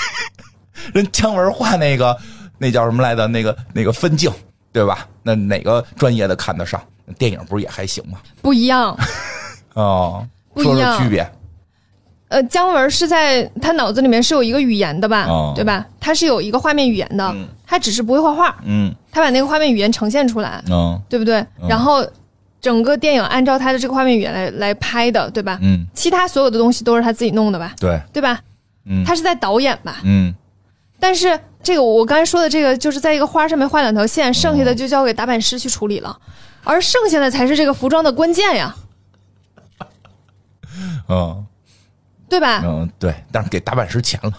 人姜文画那个那叫什么来的那个那个分镜，对吧？那哪个专业的看得上？电影不是也还行吗？
不一样。
哦，
不一
说
样
说区别。
呃，姜文是在他脑子里面是有一个语言的吧，
哦
对吧？他是有一个画面语言的，他只是不会画画，
嗯
他把那个画面语言呈现出来。
嗯
对不对？然后整个电影按照他的这个画面语言来来拍的，对吧？
嗯，
其他所有的东西都是他自己弄的吧，
对，
对吧？
嗯
他是在导演吧？
嗯
但是这个我刚才说的这个，就是在一个花上面画两条线，剩下的就交给打版师去处理了，而剩下的才是这个服装的关键呀，
嗯
对吧？
嗯，对。但是给打板师钱了。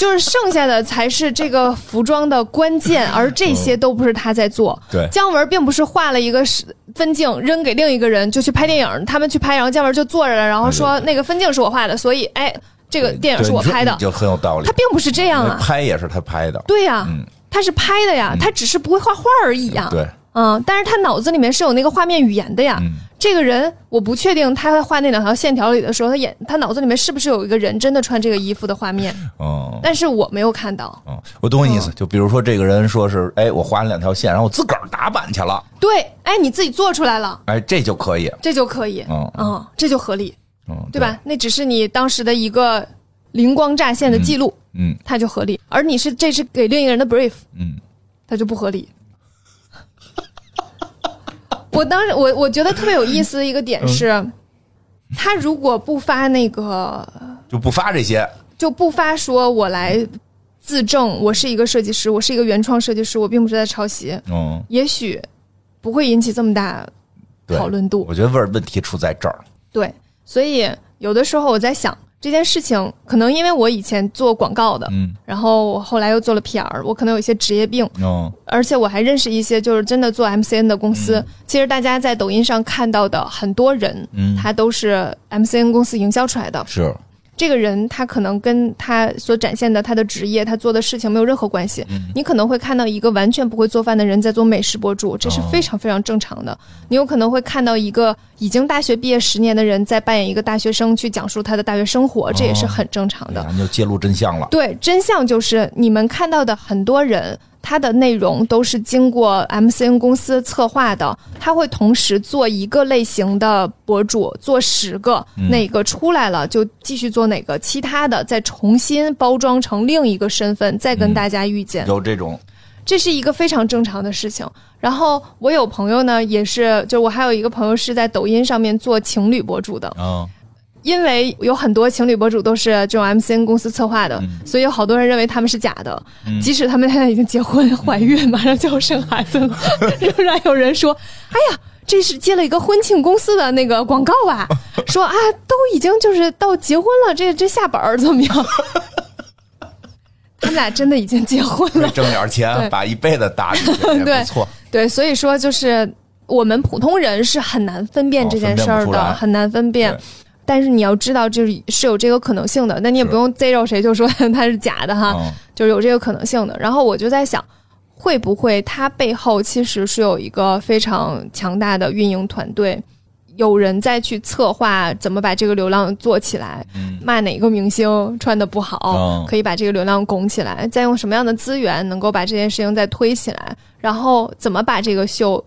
就是剩下的才是这个服装的关键，
嗯
而这些都不是他在做。
对
姜文并不是画了一个是分镜扔给另一个人就去拍电影，他们去拍，然后姜文就坐着了，然后说那个分镜是我画的，所以哎，这个电影是我拍的
对你说你，就很有道理
他。并不是这样
那
啊，
拍也是他拍的，
对呀、他是拍的呀，他只是不会画画而已呀、
对，嗯
嗯，但是他脑子里面是有那个画面语言的呀。这个人，我不确定他在画那两条线条里的时候，他眼他脑子里面是不是有一个人真的穿这个衣服的画面，
嗯
但是我没有看到。
嗯，我懂你意思。就比如说这个人说是，哎，我画了两条线，然后我自个儿打板去了，
对，哎，你自己做出来了，
哎，这就可以，
这就可以，
嗯
嗯，这就合理，
嗯，
对吧？？那只是你当时的一个灵光乍现的记录，
嗯
它就合理。而你是这是给另一个人的 brief，
嗯，
它就不合理。我当时我我觉得特别有意思的一个
嗯
点是，他如果不发那个
就不发这些，
就不发说我来自证我是一个设计师，我是一个原创设计师，我并不是在抄袭，
嗯，
也许不会引起这么大
对
讨论度。
我觉得问问题出在这儿，
对，所以有的时候我在想这件事情，可能因为我以前做广告的，
嗯
然后我后来又做了 PR，我可能有一些职业病，
嗯
而且我还认识一些就是真的做 MCN 的公司。其实大家在抖音上看到的很多人，
嗯
他都是 MCN 公司营销出来的。
是，
这个人他可能跟他所展现的他的职业、他做的事情没有任何关系。你可能会看到一个完全不会做饭的人在做美食博主，这是非常非常正常的。你有可能会看到一个已经大学毕业十年的人在扮演一个大学生去讲述他的大学生活，这也是很正常的。
咱就揭露真相了，
对，真相就是你们看到的很多人，他的内容都是经过 MCN 公司策划的，他会同时做一个类型的博主，做十个，哪个出来了就继续做哪个，其他的再重新包装成另一个身份，再跟大家遇见。
有这种，
这是一个非常正常的事情。然后我有朋友呢，也是，就我还有一个朋友是在抖音上面做情侣博主的，
嗯
因为有很多情侣博主都是这种 MCN 公司策划的，所以有好多人认为他们是假的，即使他们现在已经结婚、怀孕，马上就要生孩子了， 仍然有人说：“哎呀，这是接了一个婚庆公司的那个广告吧？”说啊，都已经就是到结婚了，这这下本儿怎么样？ 他们俩真的已经结婚
为
了，
挣点
对
钱，把一辈子搭进去也
对
不错。
对，所以说就是我们普通人是很难分辨
哦
这件
分辨
事
不
儿
出
的，
来
很难分辨
对。
但是你要知道，就是是有这个可能性的，那你也
是
不用 zero 谁就说它是假的哈，
嗯，
就是有这个可能性的。然后我就在想，会不会它背后其实是有一个非常强大的运营团队，有人在去策划怎么把这个流量做起来，
嗯
骂哪个明星穿的不好，
嗯
可以把这个流量拱起来，再用什么样的资源能够把这件事情再推起来，然后怎么把这个秀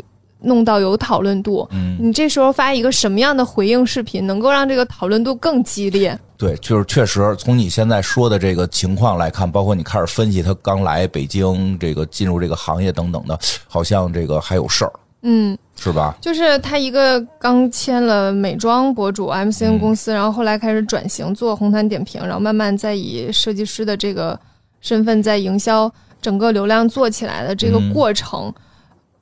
弄到有讨论度。
嗯，
你这时候发一个什么样的回应视频，能够让这个讨论度更激烈？
对，就是确实从你现在说的这个情况来看，包括你开始分析他刚来北京，这个进入这个行业等等的，好像这个还有事儿，
嗯，
是吧？
就是他一个刚签了美妆博主 MCN
嗯
公司，然后后来开始转型做红毯点评，然后慢慢再以设计师的这个身份在营销整个流量做起来的这个
嗯
过程，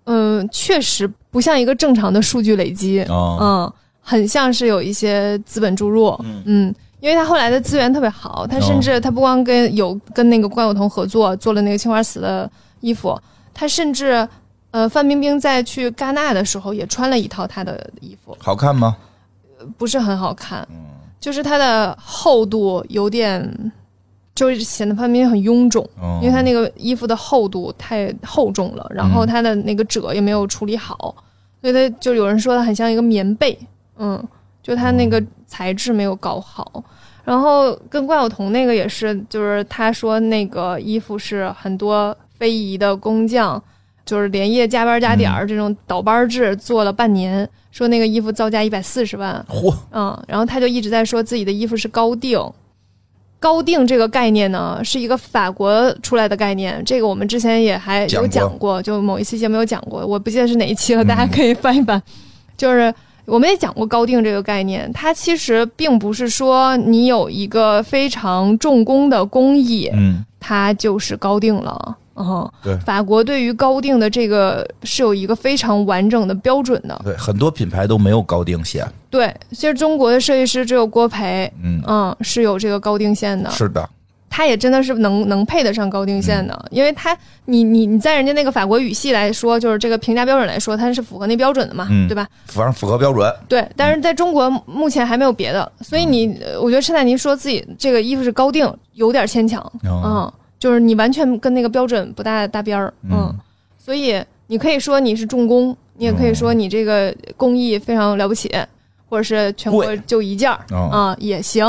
嗯、确实不像一个正常的数据累积，
嗯，
嗯，很像是有一些资本注入，嗯因为他后来的资源特别好，他甚至他不光跟有跟那个关晓彤合作做了那个青花瓷的衣服，他甚至呃范冰冰在去戛纳的时候也穿了一套她的衣服，
好看吗？
不是很好看，就是它的厚度有点，就是显得范冰冰很臃肿。
嗯，
因为它那个衣服的厚度太厚重了，然后
嗯
它的那个褶也没有处理好，所以它就有人说它很像一个棉被，嗯，就它那个材质没有搞好。然后跟关晓彤那个也是，就是他说那个衣服是很多非遗的工匠，就是连夜加班加点儿这种倒班制做了半年，说那个衣服造价一百四十万，
嚯，
嗯，然后他就一直在说自己的衣服是高定。高定这个概念呢，是一个法国出来的概念，这个我们之前也还有
讲
讲
过
过，就某一期节目有讲过，我不记得是哪一期了，大家
嗯
可以翻一翻。就是我们也讲过高定这个概念，它其实并不是说你有一个非常重工的工艺，
嗯，
它就是高定了。嗯，
对
法国对于高定的这个是有一个非常完整的标准的。
对，很多品牌都没有高定线，
对，其实中国的设计师只有郭培，
嗯，
嗯，是有这个高定线的，
是的，
它也真的是能能配得上高定线
嗯
的，因为它你你你在人家那个法国语系来说，就是这个评价标准来说，它是符合那标准的嘛，
嗯
对吧？
反正符合标准，
对，但是在中国目前还没有别的，所以你
嗯
呃我觉得陈乃妮说自己这个衣服是高定，有点牵强，
哦
嗯，就是你完全跟那个标准不搭搭边儿，嗯，
嗯
所以你可以说你是重工，你也可以说你这个工艺非常了不起，或者是全国
贵
就一件儿，
哦，
啊、也行，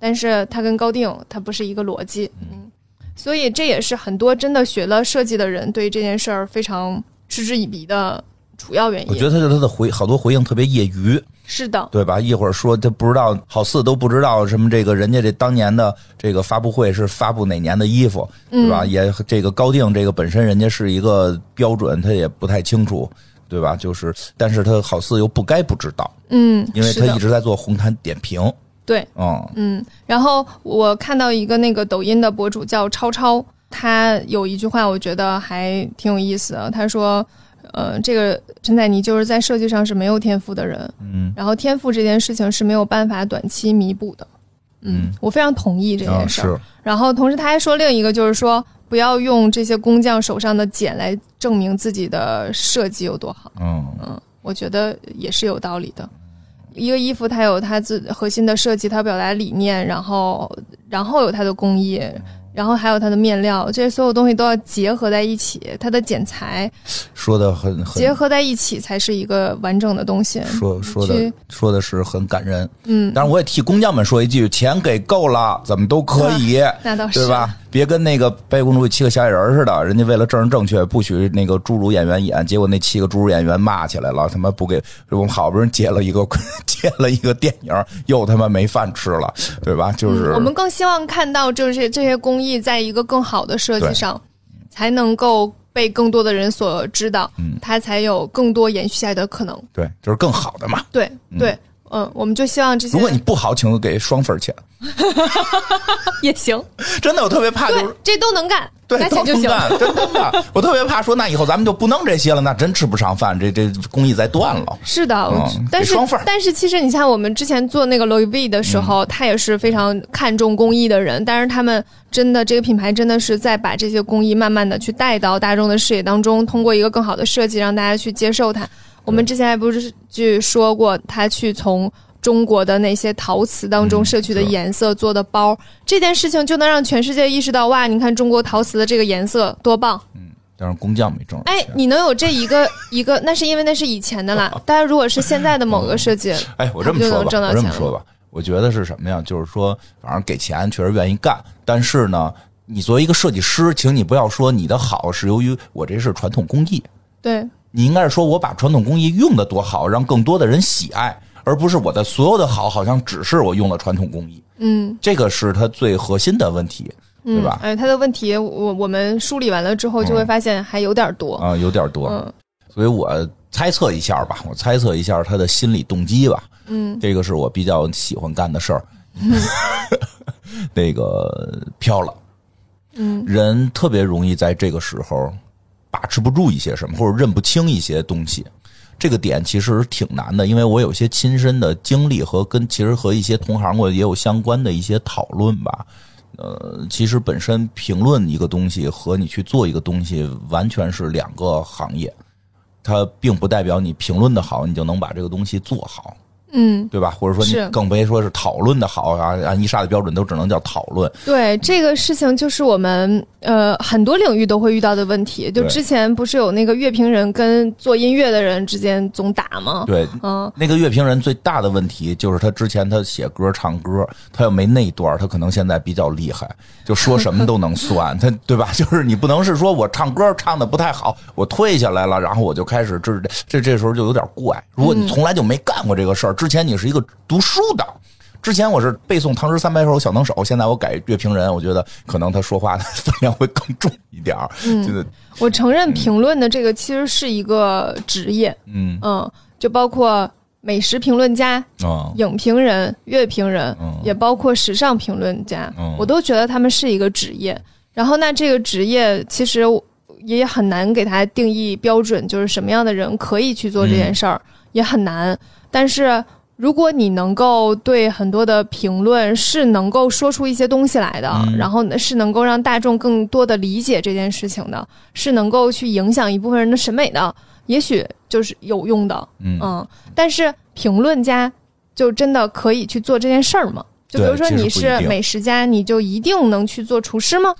但是它跟高定它不是一个逻辑，嗯，所以这也是很多真的学了设计的人对这件事儿非常嗤之以鼻的主要原
我
因
觉。得他他的回好多回应特别业余，
是的，
对吧？一会儿说他不知道，好似都不知道什么这个人家这当年的这个发布会是发布哪年的衣服，
嗯
对吧？也这个高定这个本身人家是一个标准，他也不太清楚，对吧？就是，但是他好似又不该不知道，
嗯，
因为
是
他
的
一直在做红毯点评，
对，
嗯
嗯。然后我看到一个那个抖音的博主叫超超，他有一句话我觉得还挺有意思的，他说。呃，这个陈乃妮就是在设计上是没有天赋的人，
嗯
然后天赋这件事情是没有办法短期弥补的。嗯，我非常同意这
啊
件事儿。
是
然后同时他还说另一个就是说，不要用这些工匠手上的茧来证明自己的设计有多好。
嗯
嗯，我觉得也是有道理的。一个衣服它有它自核心的设计，它表达理念，然后然后有它的工艺，然后还有它的面料，这些所有东西都要结合在一起，它的剪裁
说的很很
结合在一起才是一个完整的东西。
说说
去
的说的是很感人，
嗯，
当然我也替工匠们说一句，钱给够了，怎么都可以。
那倒哦是
对吧？别跟那个《白雪公主》七个小矮人儿似的，人家为了政治正确，不许那个侏儒演员演，结果那七个侏儒演员骂起来了，他妈不给我们好不容易接了一个 接了一个电影儿，又他妈没饭吃了，对吧？
嗯
就是、
我们更希望看到，就是这些工艺在一个更好的设计
对嗯
上，才能够被更多的人所知道，它才有更多延续下去的可能。
对，就是更好的嘛。
对、对，嗯，我们就希望这些
如果你不好，请给双份儿钱。
也行，
真的，我特别怕就
对
是，
这都能干，
对
拿
都
钱就
能
行。
干， 真的，我特别怕说那以后咱们就不弄这些了，那真吃不上饭，这这工艺再断了。
是的，我
嗯
但
给
是
双份儿嗯
但是其实你像我们之前做那个 Louis V 的时候，他也是非常看重工艺的人，但是他们真的这个品牌真的是在把这些工艺慢慢的去带到大众的视野当中，通过一个更好的设计让大家去接受它。我们之前还不是去说过，他去从中国的那些陶瓷当
嗯
中摄取的颜色做的包，这件事情就能让全世界意识到，哇，你看中国陶瓷的这个颜色多棒！
但是工匠没挣着
哎
钱，。
你能有这一个 一个，那是因为那是以前的 啦。但是如果是现在的某个设计，
哎，我这么说
他们就
吧，
能挣到
我这么
钱
说吧，我觉得是什么呀？就是说，反正给钱确实愿意干，但是呢，你作为一个设计师，请你不要说你的好是由于我这是传统工艺，
对，
你应该是说我把传统工艺用的多好，让更多的人喜爱，而不是我的所有的好好像只是我用了传统工艺，
嗯
这个是它最核心的问题，对
嗯
吧，？
哎，他的问题，我我们梳理完了之后，就会发现还有点多。
啊、有点多，
嗯
所以我猜测一下吧，我猜测一下他的心理动机吧。
嗯，
这个是我比较喜欢干的事 儿。那个飘了，
嗯，
人特别容易在这个时候把持不住一些什么，或者认不清一些东西。这个点其实挺难的，因为我有些亲身的经历和跟其实和一些同行我也有相关的一些讨论吧。呃，其实本身评论一个东西和你去做一个东西完全是两个行业，它并不代表你评论的好，你就能把这个东西做好。
嗯，
对吧？或者说
是
你更别说是讨论的好啊，按伊莎的标准都只能叫讨论。
对，这个事情就是我们呃很多领域都会遇到的问题。就
对
之前不是有那个乐评人跟做音乐的人之间总打吗？
对，
嗯，
那个乐评人最大的问题就是他之前他写歌唱歌，他要没那一段，他可能现在比较厉害，就说什么都能算， 他对吧？就是你不能是说我唱歌唱的不太好，我退下来了，然后我就开始这这这这时候就有点怪。如果你从来就没干过这个事儿，之前你是一个读书的。之前我是背诵《唐诗三百首》小能手，现在我改乐评人，我觉得可能他说话的分量会更重一点儿。嗯，
我承认评论的这个其实是一个职业，
嗯
嗯，就包括美食评论家，
啊，
影评人、乐评人，
嗯
也包括时尚评论家，
嗯
我都觉得他们是一个职业。然后，那这个职业其实也很难给他定义标准，就是什么样的人可以去做这件事儿，
嗯
也很难。但是，如果你能够对很多的评论是能够说出一些东西来的，
嗯
然后呢是能够让大众更多的理解这件事情的，是能够去影响一部分人的审美的，也许就是有用的。
嗯
嗯，但是评论家就真的可以去做这件事儿吗？就比
对
如说
其实
你
不一
是
定
美食家，你就一定能去做厨 师吗？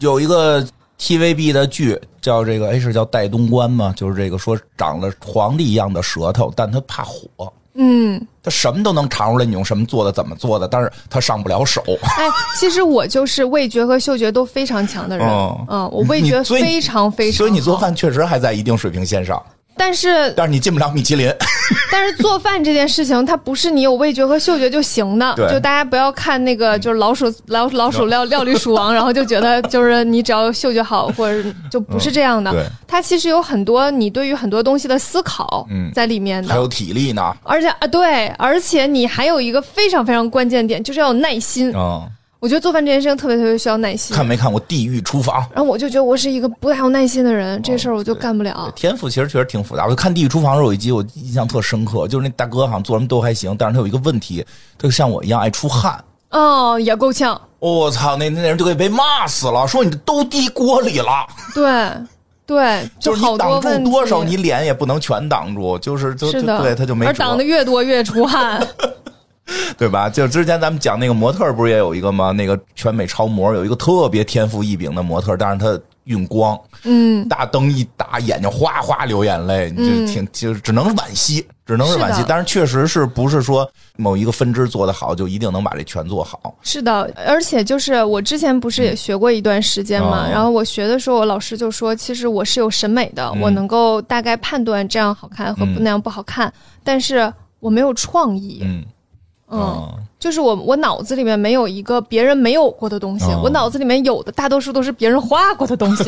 有一个 TVB 的剧叫这个，哎，是叫戴东关吗？就是这个说长了皇帝一样的舌头，但他怕火。
嗯，
他什么都能尝出来，你用什么做的，怎么做的，但是他上不了手。
哎，其实我就是味觉和嗅觉都非常强的人，
哦
嗯，我味觉
你所以
非常非常，
所以你做，饭确实还在一定水平线上，
但是
但是你进不了米 其林。
但是做饭这件事情，它不是你有味觉和嗅觉就行的，
对嗯
就大家不要看那个就是老鼠老老鼠料料理鼠王，然后就觉得就是你只要嗅觉好，或者就不是这样的，
对，
它其实有很多你对于很多东西的思考
嗯
在里面的，
还有体力呢。
而且啊，对，而且你还有一个非常非常关键点，就是要有耐心。
嗯，
我觉得做饭这件事情特别特别需要耐心。
看没看过《地狱厨房》？
然后我就觉得我是一个不太有耐心的
哦
人，这事儿我就干不了。
天赋其实确实挺复杂。我看《地狱厨房》时候有一集我印象特深刻，就是那大哥好像做什么都还行，但是他有一个问题，他就像我一样爱出汗。
哦，也够呛。
我、操，那那人就给被骂死了，说你都滴锅里了，
对，对，
就是
好多
你挡
问
住
题。
多少，你脸也不能全挡住，就是就是就
的，
对，他就没
而
辙
挡的，越多越出 汗。
对吧？就之前咱们讲那个模特儿不是也有一个吗？那个全美超模有一个特别天赋异禀的模特儿，但是他晕 光，
嗯，
大灯一打，眼睛哗哗流眼泪，你就挺就是只能是惋惜，只能是惋
是
惜
的。
但是确实是不是说某一个分支做得好，就一定能把这全做好？
是的，而且就是我之前不是也学过一段时间嘛，
嗯哦
然后我学的时候，我老师就说，其实我是有审美的，我能够大概判断这样好看和不
嗯
那样不好看，但是我没有创意，
嗯
嗯，就是我我脑子里面没有一个别人没有过的东西，
哦
我脑子里面有的大多数都是别人画过的东 西，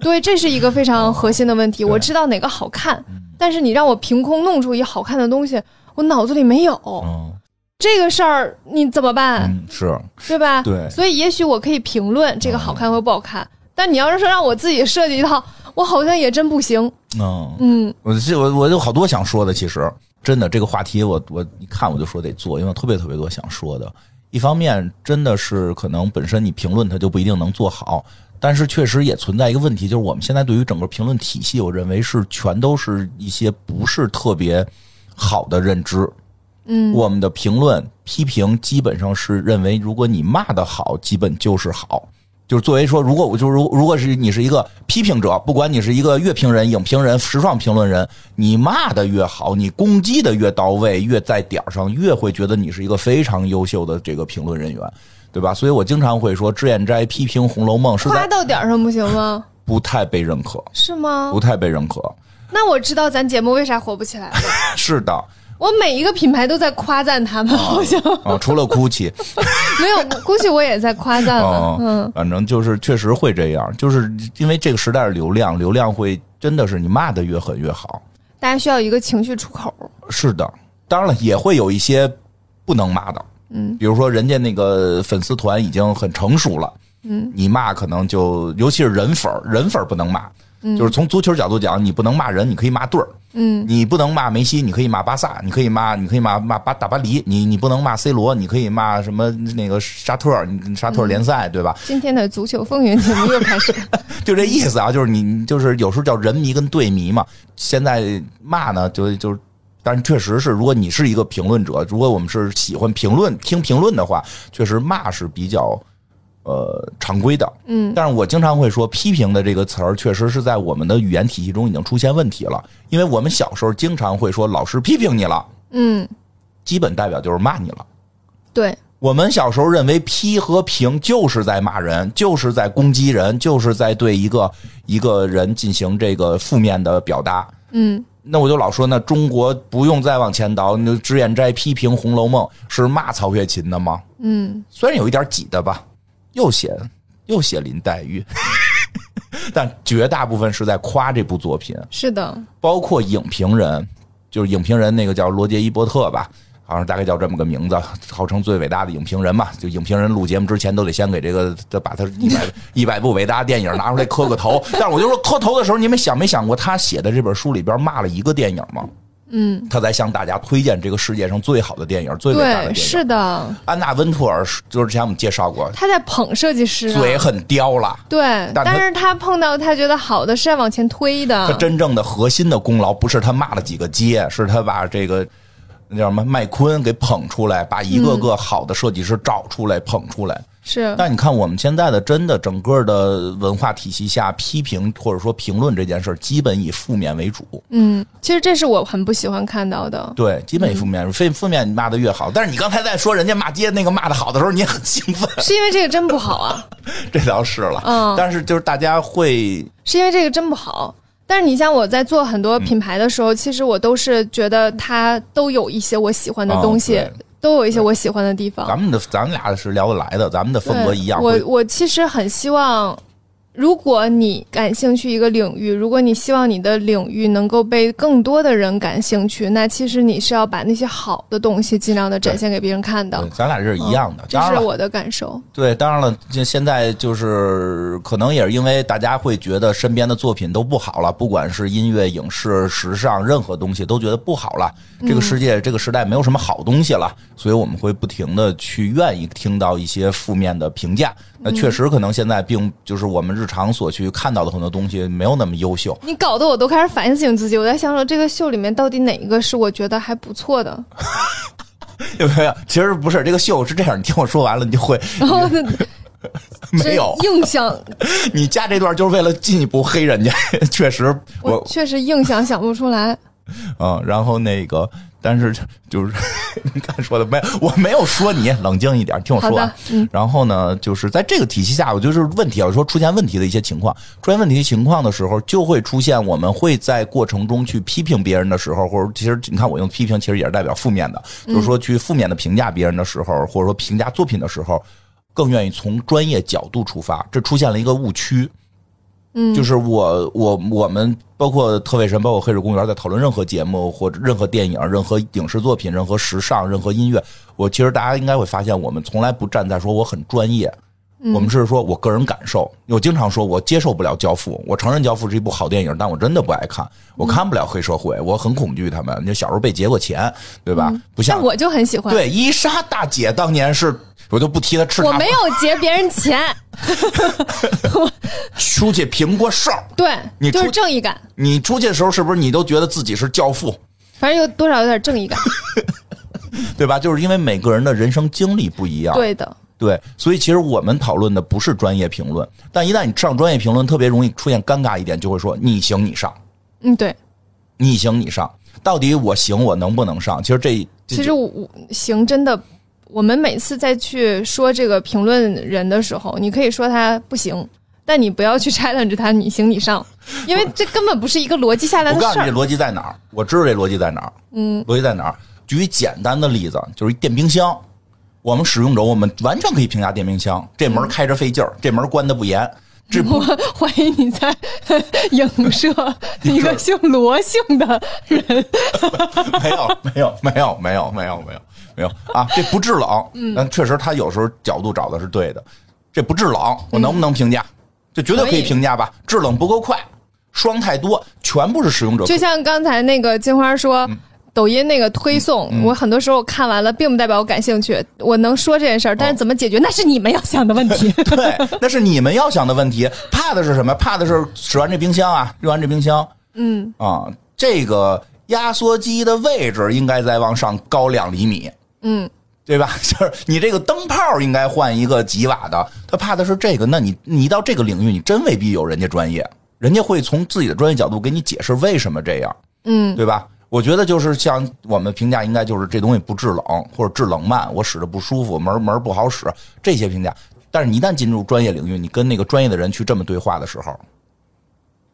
对，这是一个非
哦啊嗯
常核心的问题。我知道哪个好看，但是你让我凭空弄出一好看的东西，我脑子里没有、
嗯
这个事儿，你怎么办？
嗯，是
对吧？
对
所以也许我可以评论这个好看或不好看，但你要是说让我自己设计一套，我好像也真不行。
嗯，
嗯，
我这我我有好多想说的，其实真的这个话题我，我一看我就说得做，因为我特别特别多想说的。一方面真的是可能本身你评论它就不一定能做好，但是确实也存在一个问题，就是我们现在对于整个评论体系，我认为是全都是一些不是特别好的认知。嗯，我们的评论批评基本上是认为，如果你骂的好，基本就是好。就是作为说，如果我就是如如果是你是一个批评者，不管你是一个乐评人、影评人、时尚评论人，你骂的越好，你攻击的越到位，越在点儿上，越会觉得你是一个非常优秀的这个评论人员，对吧？所以我经常会说，脂砚斋批评《红楼梦》是
夸
在
到点儿上不行吗？
不太被认可，
是吗
不？太被认可。
那我知道咱节目为啥火不起 来了。
是的
我每一个品牌都在夸赞他们，好 像
啊，除了 GUCCI，
没有，估计我也在夸赞了。
嗯，反正就是确实会这样，就是因为这个时代的流量，流量会真的是你骂的越狠越好。
大家需要一个情绪出口。
是的，当然了，也会有一些不能骂的，嗯，比如说人家那个粉丝团已经很成熟了，嗯，你骂可能就，尤其是人粉儿，人粉儿不能骂，就是从足球角度讲，你不能骂人，你可以骂队儿，嗯，你不能骂梅西，你可以骂巴萨，你可以骂，你可以骂骂巴大巴黎，你你不能骂 C 罗，你可以骂什么那个沙特儿，你沙特儿联赛、对吧？
今天的足球风云节目又开始，
就这意思啊，就是你你就是有时候叫人迷跟队迷嘛。现在骂呢，就就是，但是确实是，如果你是一个评论者，如果我们是喜欢评论、听评论的话，确实骂是比较呃常规的。嗯，但是我经常会说，批评的这个词儿确实是在我们的语言体系中已经出现问题了，因为我们小时候经常会说老师批评你了，
嗯，
基本代表就是骂你了。
对，
我们小时候认为批和评就是在骂人，就是在攻击人，就是在对一个一个人进行这个负面的表达。
嗯，
那我就老说，那中国不用再往前倒，那脂砚斋批评《红楼梦》是骂曹雪芹的吗？
嗯，
虽然有一点挤的吧，又写又写林黛玉， 但绝大部分是在夸这部作品。
是的，
包括影评人，就是影评人那个叫罗杰伊伯特吧，好像大概叫这么个名字，号称最伟大的影评人嘛。就影评人录节目之前都得先给这个，得把他一百一百部伟大电影拿出来磕个头。但是我就说磕头的时候，你们想没想过他写的这本书里边骂了一个电影吗？嗯，他在向大家推荐这个世界上最好的电影，最伟大的
对，
电
是
影。
的，
安娜温图尔是就是之前我们介绍过，
他在捧设计师、啊，
嘴很刁了。
对，
但他
但是他碰到他觉得好的是要往前推
他
的，
真正的核心的功劳不是他骂了几个街，
嗯
是他把这个那叫什么麦昆给捧出来，把一个个好的设计师找出来、捧出来。
是
但你看我们现在的真的整个的文化体系下，批评或者说评论这件事儿，基本以负面为主。
嗯，其实这是我很不喜欢看到的。
对，基本以负面，非负面你骂的越好。但是你刚才在说人家骂街那个骂的好的时候，你也很兴 奋，
是因为这个真不好 啊，
这倒是了。
嗯
但是就是大家会
是因为这个真不好。但是你像我在做很
嗯
多品牌的时候，其实我都是觉得它都有一些我喜欢的
哦
东西，
对
都有一些我喜欢的地方。
咱们的咱们俩是聊得来的，咱们的风格
对
一样。
我
会
我其实很希望，如果你感兴趣一个领域，如果你希望你的领域能够被更多的人感兴趣，那其实你是要把那些好的东西尽量的展现给别人看的
对。咱俩这是一样的。
这
当
嗯
然
是
了
我的感受。
对，当然了，就现在就是可能也是因为大家会觉得身边的作品都不好了，不管是音乐、影视、时尚，任何东西都觉得不好了。这个世界、这个时代没有什么好东西了，所以我们会不停的去愿意听到一些负面的评价。那确实，可能现在并就是我们日常所去看到的很多东西没有那么优秀。
你搞得我都开始反省自己，我在想说这个秀里面到底哪一个是我觉得还不错 的？
有没有？其实不是，这个秀是这样，你听我说完了，你就会
然后呢
没有。
真硬 想，
你加这段就是为了进一步黑人家， 确实
我确实硬想想不出来。
嗯，然后那个，但是就是 你看说的没有，我没有说你，冷静一点，听我说完
好。
然后呢，就是在这个体系下，我就是问题啊，我说出现问题的一些情况，出现问题的情况的时候，就会出现我们会在过程中去批评别人的时候，或者其实你看我用批评，其实也是代表负面的，就是说去负面的评价别人的时候，或者说评价作品的时候，更愿意从专业角度出发，这出现了一个误区。嗯，就是我我我们包括特卫神，包括黑水公园，在讨论任何节目或者任何电影、任何影视作品、任何时尚、任何音乐，我其实大家应该会发现，我们从来不站在说我很专业，
嗯
我们是说我个人感受。我经常说我接受不了《教父》，我承认《教父》是一部好电影，但我真的不爱看，我
嗯
看不了黑社会，我很恐惧他们。你小时候被劫过钱，对吧？不
嗯
像
但我就很喜欢。
对伊莎大姐当年是，我就不提她吃
我
她
没有劫别人 钱，
出去平过哨。
对
你，
就是
出
正义感，
你出去的时候是不是你都觉得自己是教父，
反正有多少有点正义感。
对吧？就是因为每个人的人生经历不一样，
对的，
对所以其实我们讨论的不是专业评论，但一旦你上专业评论，特别容易出现尴尬一点，就会说你行你上，
嗯，对。
你行你上，到底我行我能不能上？其实这这
其实我我行真的，我们每次再去说这个评论人的时候，你可以说他不行，但你不要去 challenge 他你行你上，因为这根本不是一个逻辑下来
我
的
告
事
诉你这
儿。
逻辑在哪儿，我知道这逻辑在哪儿。嗯，逻辑在哪儿？举简单的例子，就是一电冰箱，我们使用者我们完全可以评价电冰箱，这门开着费劲儿，这门关的不严，这不
我怀疑你在 影 射一个姓罗姓的人，
没有没有没有没有没有没有没有啊，这不制冷，但确实他有时候角度找的是对的，这不制冷，我能不能评价？这绝对可
可
以
以
评价吧？制冷不够快，霜太多，全部是嗯使用者
就像刚才那个金花说。抖音那个推送，
嗯
我很多时候看完了，并不代表我感兴趣。我能说这件事儿，
哦
但是怎么解决，那是你们要想的问 题。
对，那是你们要想的问题。怕的是什么？怕的是使完这冰箱啊，用完这冰箱，嗯啊，这个压缩机的位置应该再往上高两厘米，
嗯，
对吧？ 就是你这个灯泡应该换一个几瓦的。他怕的是这个，那你你到这个领域，你真未必有人家专业，人家会从自己的专业角度给你解释为什么这样，
嗯，
对吧？我觉得就是像我们评价，应该就是这东西不制冷或者制冷慢，我使着不舒服，门门不好使这些评价。但是你一旦进入专业领域，你跟那个专业的人去这么对话的时候，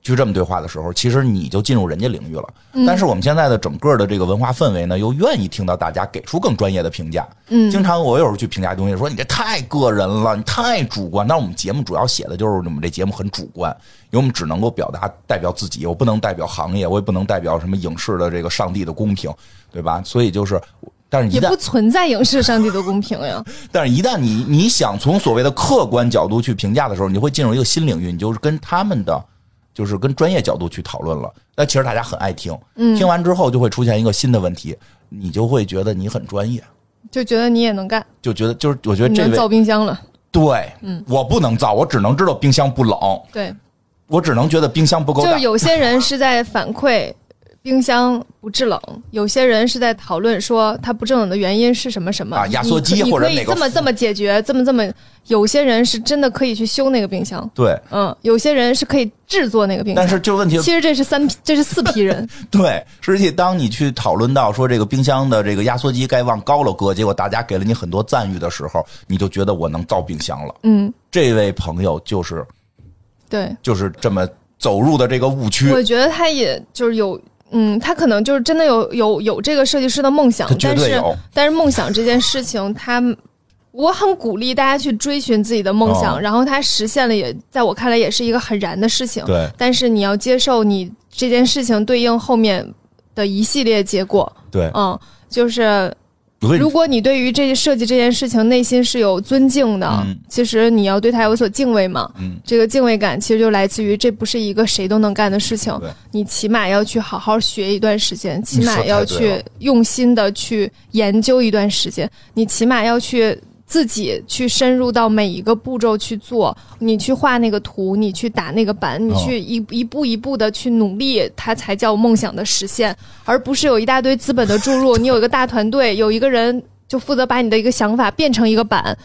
去这么对话的时候，其实你就进入人家领域了。但是我们现在的整个的这个文化氛围呢，又愿意听到大家给出更专业的评价。嗯，经常我有时候去评价东西，说你这太个人了，你太主观。但是我们节目主要写的就是我们这节目很主观，因为我们只能够表达代表自己，我不能代表行业，我也不能代表什么影视的这个上帝的公平，对吧？所以就是，但是一
也
旦
不存在影视上帝的公平 呀。
但是，一旦你你想从所谓的客观角度去评价的时候，你会进入一个新领域，你就是跟他们的，就是跟专业角度去讨论了。那其实大家很爱听，
嗯
听完之后就会出现一个新的问题，你就会觉得你很专业，
就觉得你也能干，
就觉得就是我觉得
你
这
能造嗯
位
冰箱了。
对，我不能造，我只能知道冰箱不冷，
对，
我只能觉得冰箱不够
就
大
是。有些人是在反馈冰箱不制冷，有些人是在讨论说它不制冷的原因是什么什么
啊压缩机
你可
或者
你可
哪
以
个
这么这么解决，这么这么，有些人是真的可以去修那个冰箱，
对，
嗯，有些人是可以制作那个冰
但
箱。
是就问题
其实这是三批，这是四批人，
对，实际当你去讨论到说这个冰箱的这个压缩机该往高了搁，结果大家给了你很多赞誉的时候，你就觉得我能造冰箱了。
嗯，
这位朋友就是
对，
就是这么走入的这个误区，
我觉得他也就是有，嗯，他可能就是真的有有有这个设计师的梦想
他，绝
但
对
是
有。
但是梦想这件事情，他我很鼓励大家去追寻自己的梦想，
哦
然后他实现了也，在我看来也是一个很燃的事情。
对
但是你要接受你这件事情对应后面的一系列结果，
对，
嗯，就是
我跟
如
你
果你对于这设计这件事情内心是有尊敬的，
嗯
其实你要对它有所敬畏嘛。
嗯
这个敬畏感其实就来自于这不是一个谁都能干的事情
对，
你起码要去好好学一段时间，起
说
码
太
要
对
去
了
用心的去研究一段时间，你起码要去。自己去深入到每一个步骤去做，你去画那个图，你去打那个板，你
哦
去一一步一步的去努力，它才叫梦想的实现。而不是有一大堆资本的注入，你有一个大团队，有一个人就负责把你的一个想法变成一个版，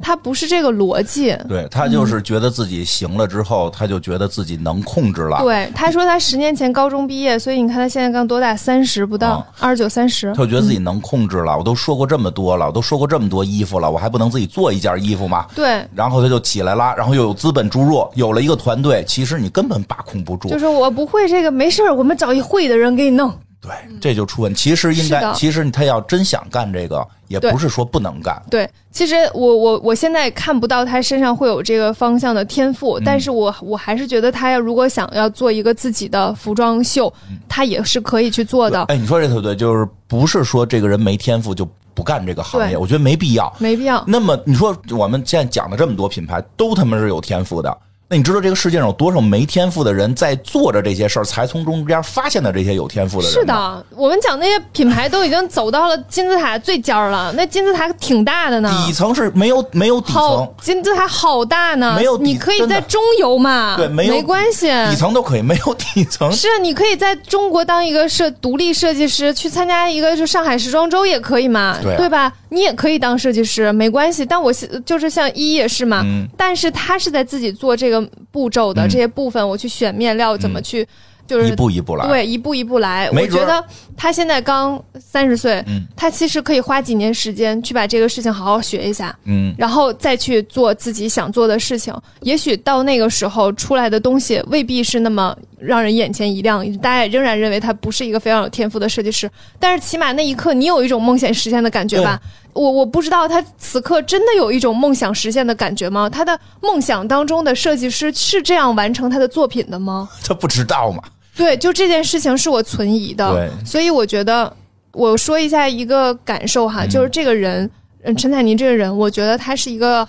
它不是这个逻辑。
对他就是觉得自己行了之后，他就觉得自己能控制了，
对，他说他十年前高中毕业，所以你看他现在刚多大，三十不到
啊，
二十九三十
他。就觉得自己能控制了。我都说过这么多了，我都说过这么多衣服了，我还不能自己做一件衣服吗？
对，
然后他就起来了，然后又有资本注入，有了一个团队，其实你根本把控不住
就。是我不会这个，没事儿，我们找一会的人给你弄。
对，这就出问题。其实应
嗯是
该，
的
其实他要真想干这个，也
对
不是说不能干。
对，其实我我我现在看不到他身上会有这个方向的天赋，
嗯
但是我我还是觉得他要如果想要做一个自己的服装秀，他也是可以去做的，
哎，你说这嗯对不对？就是不是说这个人没天赋就不干这个行业？
对
我觉得没必要。
没必要。
那么你说我们现在讲的这么多品牌，都他妈是有天赋的。那你知道这个世界上有多少没天赋的人在做着这些事儿，才从中间发现的这些有天赋的人？
是，的，我们讲那些品牌都已经走到了金字塔最尖儿了，那金字塔挺大的呢，
底层是没有没有底层
好，，金字塔好大呢，
没有底
你可以
真的
在中游嘛，
对，没有
啊关系，
底层都可以，没有底层
是啊，你可以在中国当一个设独立设计师，去参加一个就上海时装周也可以嘛，
对啊
吧？你也可以当设计师，没关系。但我现就是像一也是嘛，
嗯
但是他是在自己做这个步骤的、这些部分，我去选面料，怎么
嗯
去、就是
一步一步来。
对，一步一步来。我
没准
觉
儿
得他现在刚三十岁，
嗯
他其实可以花几年时间去把这个事情好好学一下，
嗯，
然后再去做自己想做的事情。也许到那个时候出来的东西未必是那么让人眼前一亮，大家也仍然认为他不是一个非常有天赋的设计师。但是起码那一刻，你有一种梦想实现的感觉吧？我我不知道他此刻真的有一种梦想实现的感觉吗？他的梦想当中的设计师是这样完成他的作品的吗？
他不知道嘛？
对，就这件事情是我存疑的，
对
所以我觉得我说一下一个感受哈，就是这个人，嗯，陈彩妮这个人，我觉得他是一个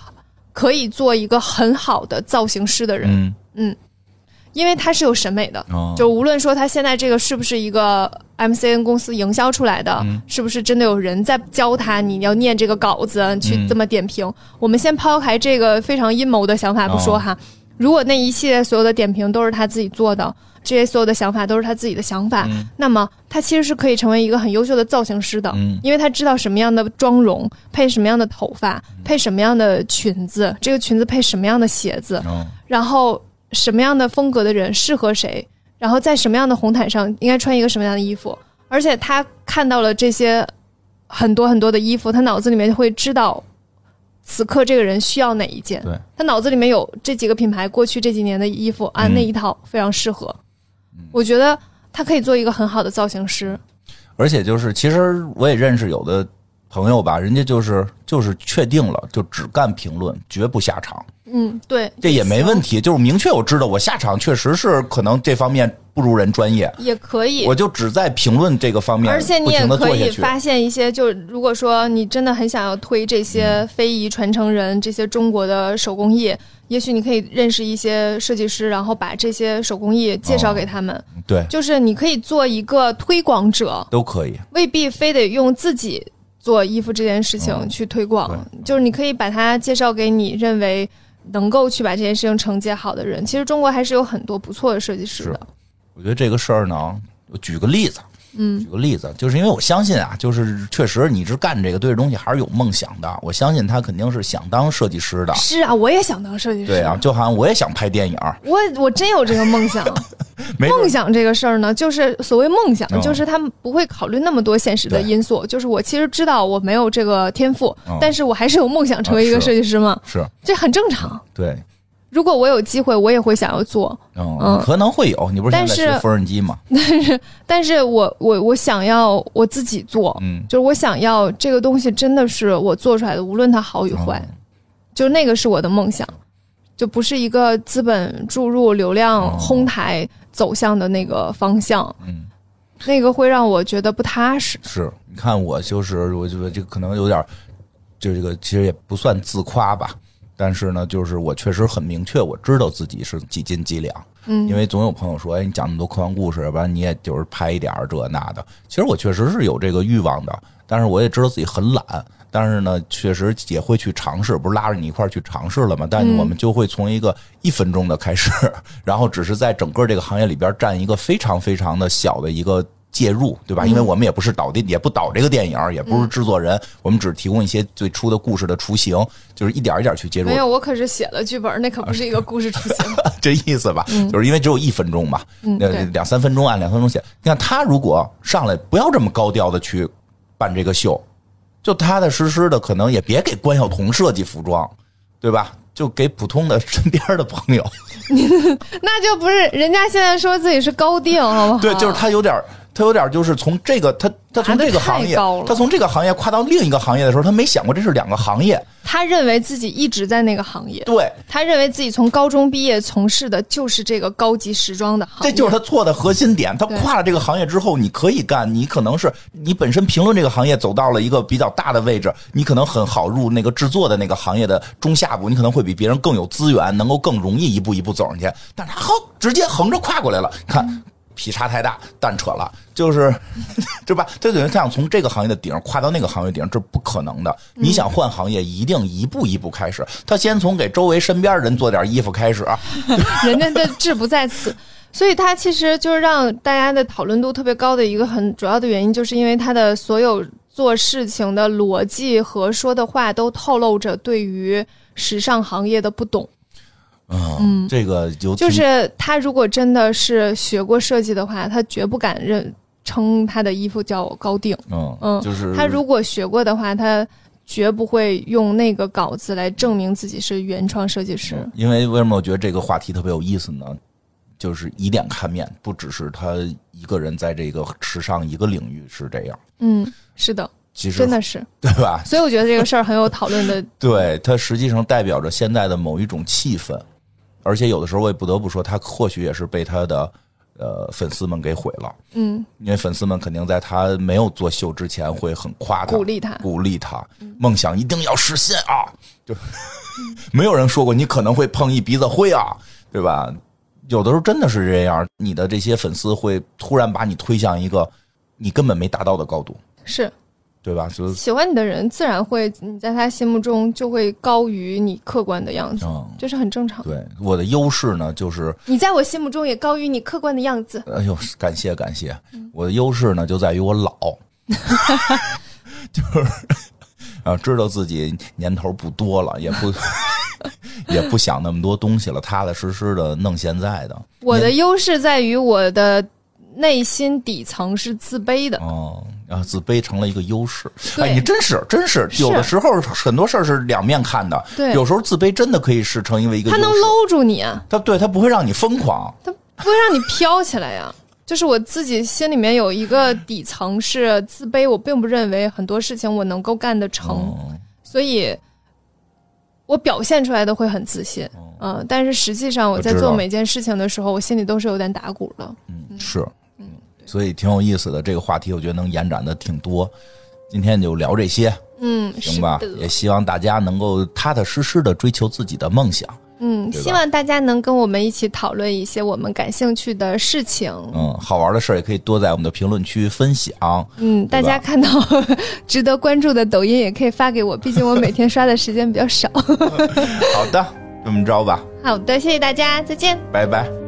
可以做一个很好的造型师的人，
嗯，
因为他是有审美的。
哦
就无论说他现在这个是不是一个 MCN 公司营销出来的，
嗯
是不是真的有人在教他，你要念这个稿子
嗯
去这么点评？我们先抛开这个非常阴谋的想法不说哈，
哦
如果那一系列所有的点评都是他自己做的，这些所有的想法都是他自己的想法，那么他其实是可以成为一个很优秀的造型师的，
嗯
因为他知道什么样的妆容配什么样的头发，
嗯
配什么样的裙子，这个裙子配什么样的鞋子，
哦
然后什么样的风格的人适合谁，然后在什么样的红毯上应该穿一个什么样的衣服，而且他看到了这些很多很多的衣服，他脑子里面会知道此刻这个人需要哪一件
对，
他脑子里面有这几个品牌过去这几年的衣服啊，
嗯
那一套非常适合，我觉得他可以做一个很好的造型师，
而且就是，其实我也认识有的朋友吧，人家就是就是确定了，就只干评论，绝不下场，
嗯，对，
这也没问题。就是明确我知道，我下场确实是可能这方面不如人专业，
也可以，
我就只在评论这个方面
而且你
不
也
停的
可
做
以
下去。
发现一些，就是如果说你真的很想要推这
嗯
些非遗传承人、这些中国的手工艺，也许你可以认识一些设计师，然后把这些手工艺介绍给他们。
对，
就是你可以做一个推广者，
都可以。
未必非得用自己做衣服这件事情
嗯
去推广，就是你可以把它介绍给你认为能够去把这件事情承接好的人。其实中国还是有很多不错的设计师
啊
的。
我觉得这个事儿呢，我举个例子，嗯，举个例子，就是因为我相信啊，就是确实你是干这个对这东西还是有梦想的，我相信他肯定是想当设计师的。
是啊，我也想当设计师。
对啊，就好像我也想拍电影，
我我真有这个梦想，
没准
梦想这个事儿呢，就是所谓梦想，
嗯
就是他们不会考虑那么多现实的
对
因素。就是我其实知道我没有这个天赋，
嗯
但是我还是有梦想成为一个
啊是
设计师嘛，
是
这很正常。
对，
如果我有机会，我也会想要做。
嗯，
嗯
可能会有。你不是现
但
在
是
学缝纫机吗？
但是我我我想要我自己做，
嗯，
就是我想要这个东西真的是我做出来的，无论它好与坏，
哦
就那个是我的梦想，就不是一个资本注入、流量
哦
哄抬走向的那个方向。
嗯，
那个会让我觉得不踏实。
是，你看我就是，我觉得这个可能有点儿，就这个其实也不算自夸吧，但是呢，就是我确实很明确，我知道自己是几斤几两。
嗯
因为总有朋友说，哎，你讲那么多科幻故事，要不然你也就是拍一点儿这那的。其实我确实是有这个欲望的，但是我也知道自己很懒。但是呢，确实也会去尝试，不是拉着你一块儿去尝试了吗？但
嗯
我们就会从一个一分钟的开始， 然后只是在整个这个行业里边占一个非常非常的小的一个介入，对吧？因为
嗯
我们也不是导电，也不导这个电影，也不是制作人，我们只提供一些最初的故事的雏形，就是一点儿一点儿去接入。
没有，我可是写了剧本，那可不是一个故事雏 形。
这意思吧，就是因为只有一分钟嘛，
嗯
那
对
两三分钟按两三分钟写。你看他如果上来不要这么高调的去办这个秀，就踏踏实实的，可能也别给关晓彤设计服装，对吧？就给普通的身边的朋
哦
友，
那就不是人家现在说自己是高定，好不好？
对，就是他有点儿他有点就是从这个他他从这个行
啊爬得太
业
高了，
他从这个行业跨到另一个行业的时候，他没想过这是两个行业。
他认为自己一直在那个行业，
对，
他认为自己从高中毕业从事的就是这个高级时装的行
这
业，
就是他做的核心点。他
对
跨了这个行业之后，你可以干，你可能是你本身评论这个行业走到了一个比较大的位置，你可能很好入那个制作的那个行业的中下部，你可能会比别人更有资源，能够更容易一步一步走上去。但是他好直接横着跨过来了，看。劈叉太大，蛋扯了，就是， 对吧？他等于他想从这个行业的顶上跨到那个行业顶上，这是不可能的。你想换行业，一定一步一步开始。他先从给周围身边人做点衣服开始，啊
人家的志不在此。所以它其实就是让大家的讨论度特别高的一个很主要的原因，就是因为它的所有做事情的逻辑和说的话都透露着对于时尚行业的不懂。
嗯，这个有
就是他如果真的是学过设计的话，他绝不敢认称他的衣服叫高定。
嗯
嗯
就是
他如果学过的话，他绝不会用那个稿子来证明自己是原创设计师。
因为为什么我觉得这个话题特别有意思呢？就是以点看面，不只是他一个人在这个时尚一个领域是这样，
嗯，是的，
其实
真的是。
对吧？
所以我觉得这个事儿很有讨 论的。
对，它实际上代表着现在的某一种气氛，而且有的时候我也不得不说，他或许也是被他的呃粉丝们给毁了，
嗯，
因为粉丝们肯定在他没有做秀之前会很夸他、
鼓励他嗯
鼓励他，梦想一定要实现啊！就 没有人说过你可能会碰一鼻子灰啊，对吧？有的时候真的是这样，你的这些粉丝会突然把你推向一个你根本没达到的高度，
是
对吧？所以，
喜欢你的人，自然会你在他心目中就会高于你客观的样子，
嗯，
这是很正常的。
对，我的优势呢，就是
你在我心目中也高于你客观的样子。
哎呦，感谢感谢，我的优势呢就在于我老， 就是 啊，知道自己年头不多了，也不 也不想那么多东西了，踏踏实实的弄现在的。
我的优势在于我的内心底层是自卑的。
哦，然后自卑成了一个优势。
对
哎，你真是真是，
是
有的时候很多事儿是两面看的，
对
有时候自卑真的可以是成为一个
他能
优势，
搂住你啊，
他对他不会让你疯狂。
他不会让你飘起来呀、 就是我自己心里面有一个底层是自卑，我并不认为很多事情我能够干得成，
嗯，
所以我表现出来的会很自信。
哦
嗯、但是实际上我在
我知道
做每件事情的时候，我心里都是有点打鼓的。
嗯，是，嗯，所以挺有意思的这个话题，我觉得能延展的挺多。今天就聊这些，
嗯，
行吧
是？的
也希望大家能够踏踏实实的追求自己的梦想。
嗯，
对吧
希望大家能跟我们一起讨论一些我们感兴趣的事情。
嗯，好玩的事儿也可以多在我们的评论区分享。
嗯，大家看到 值得关注的抖音也可以发给我，毕竟我每天刷的时间比较少。
好的，这么着吧，
好的，谢谢大家，再见。
拜拜。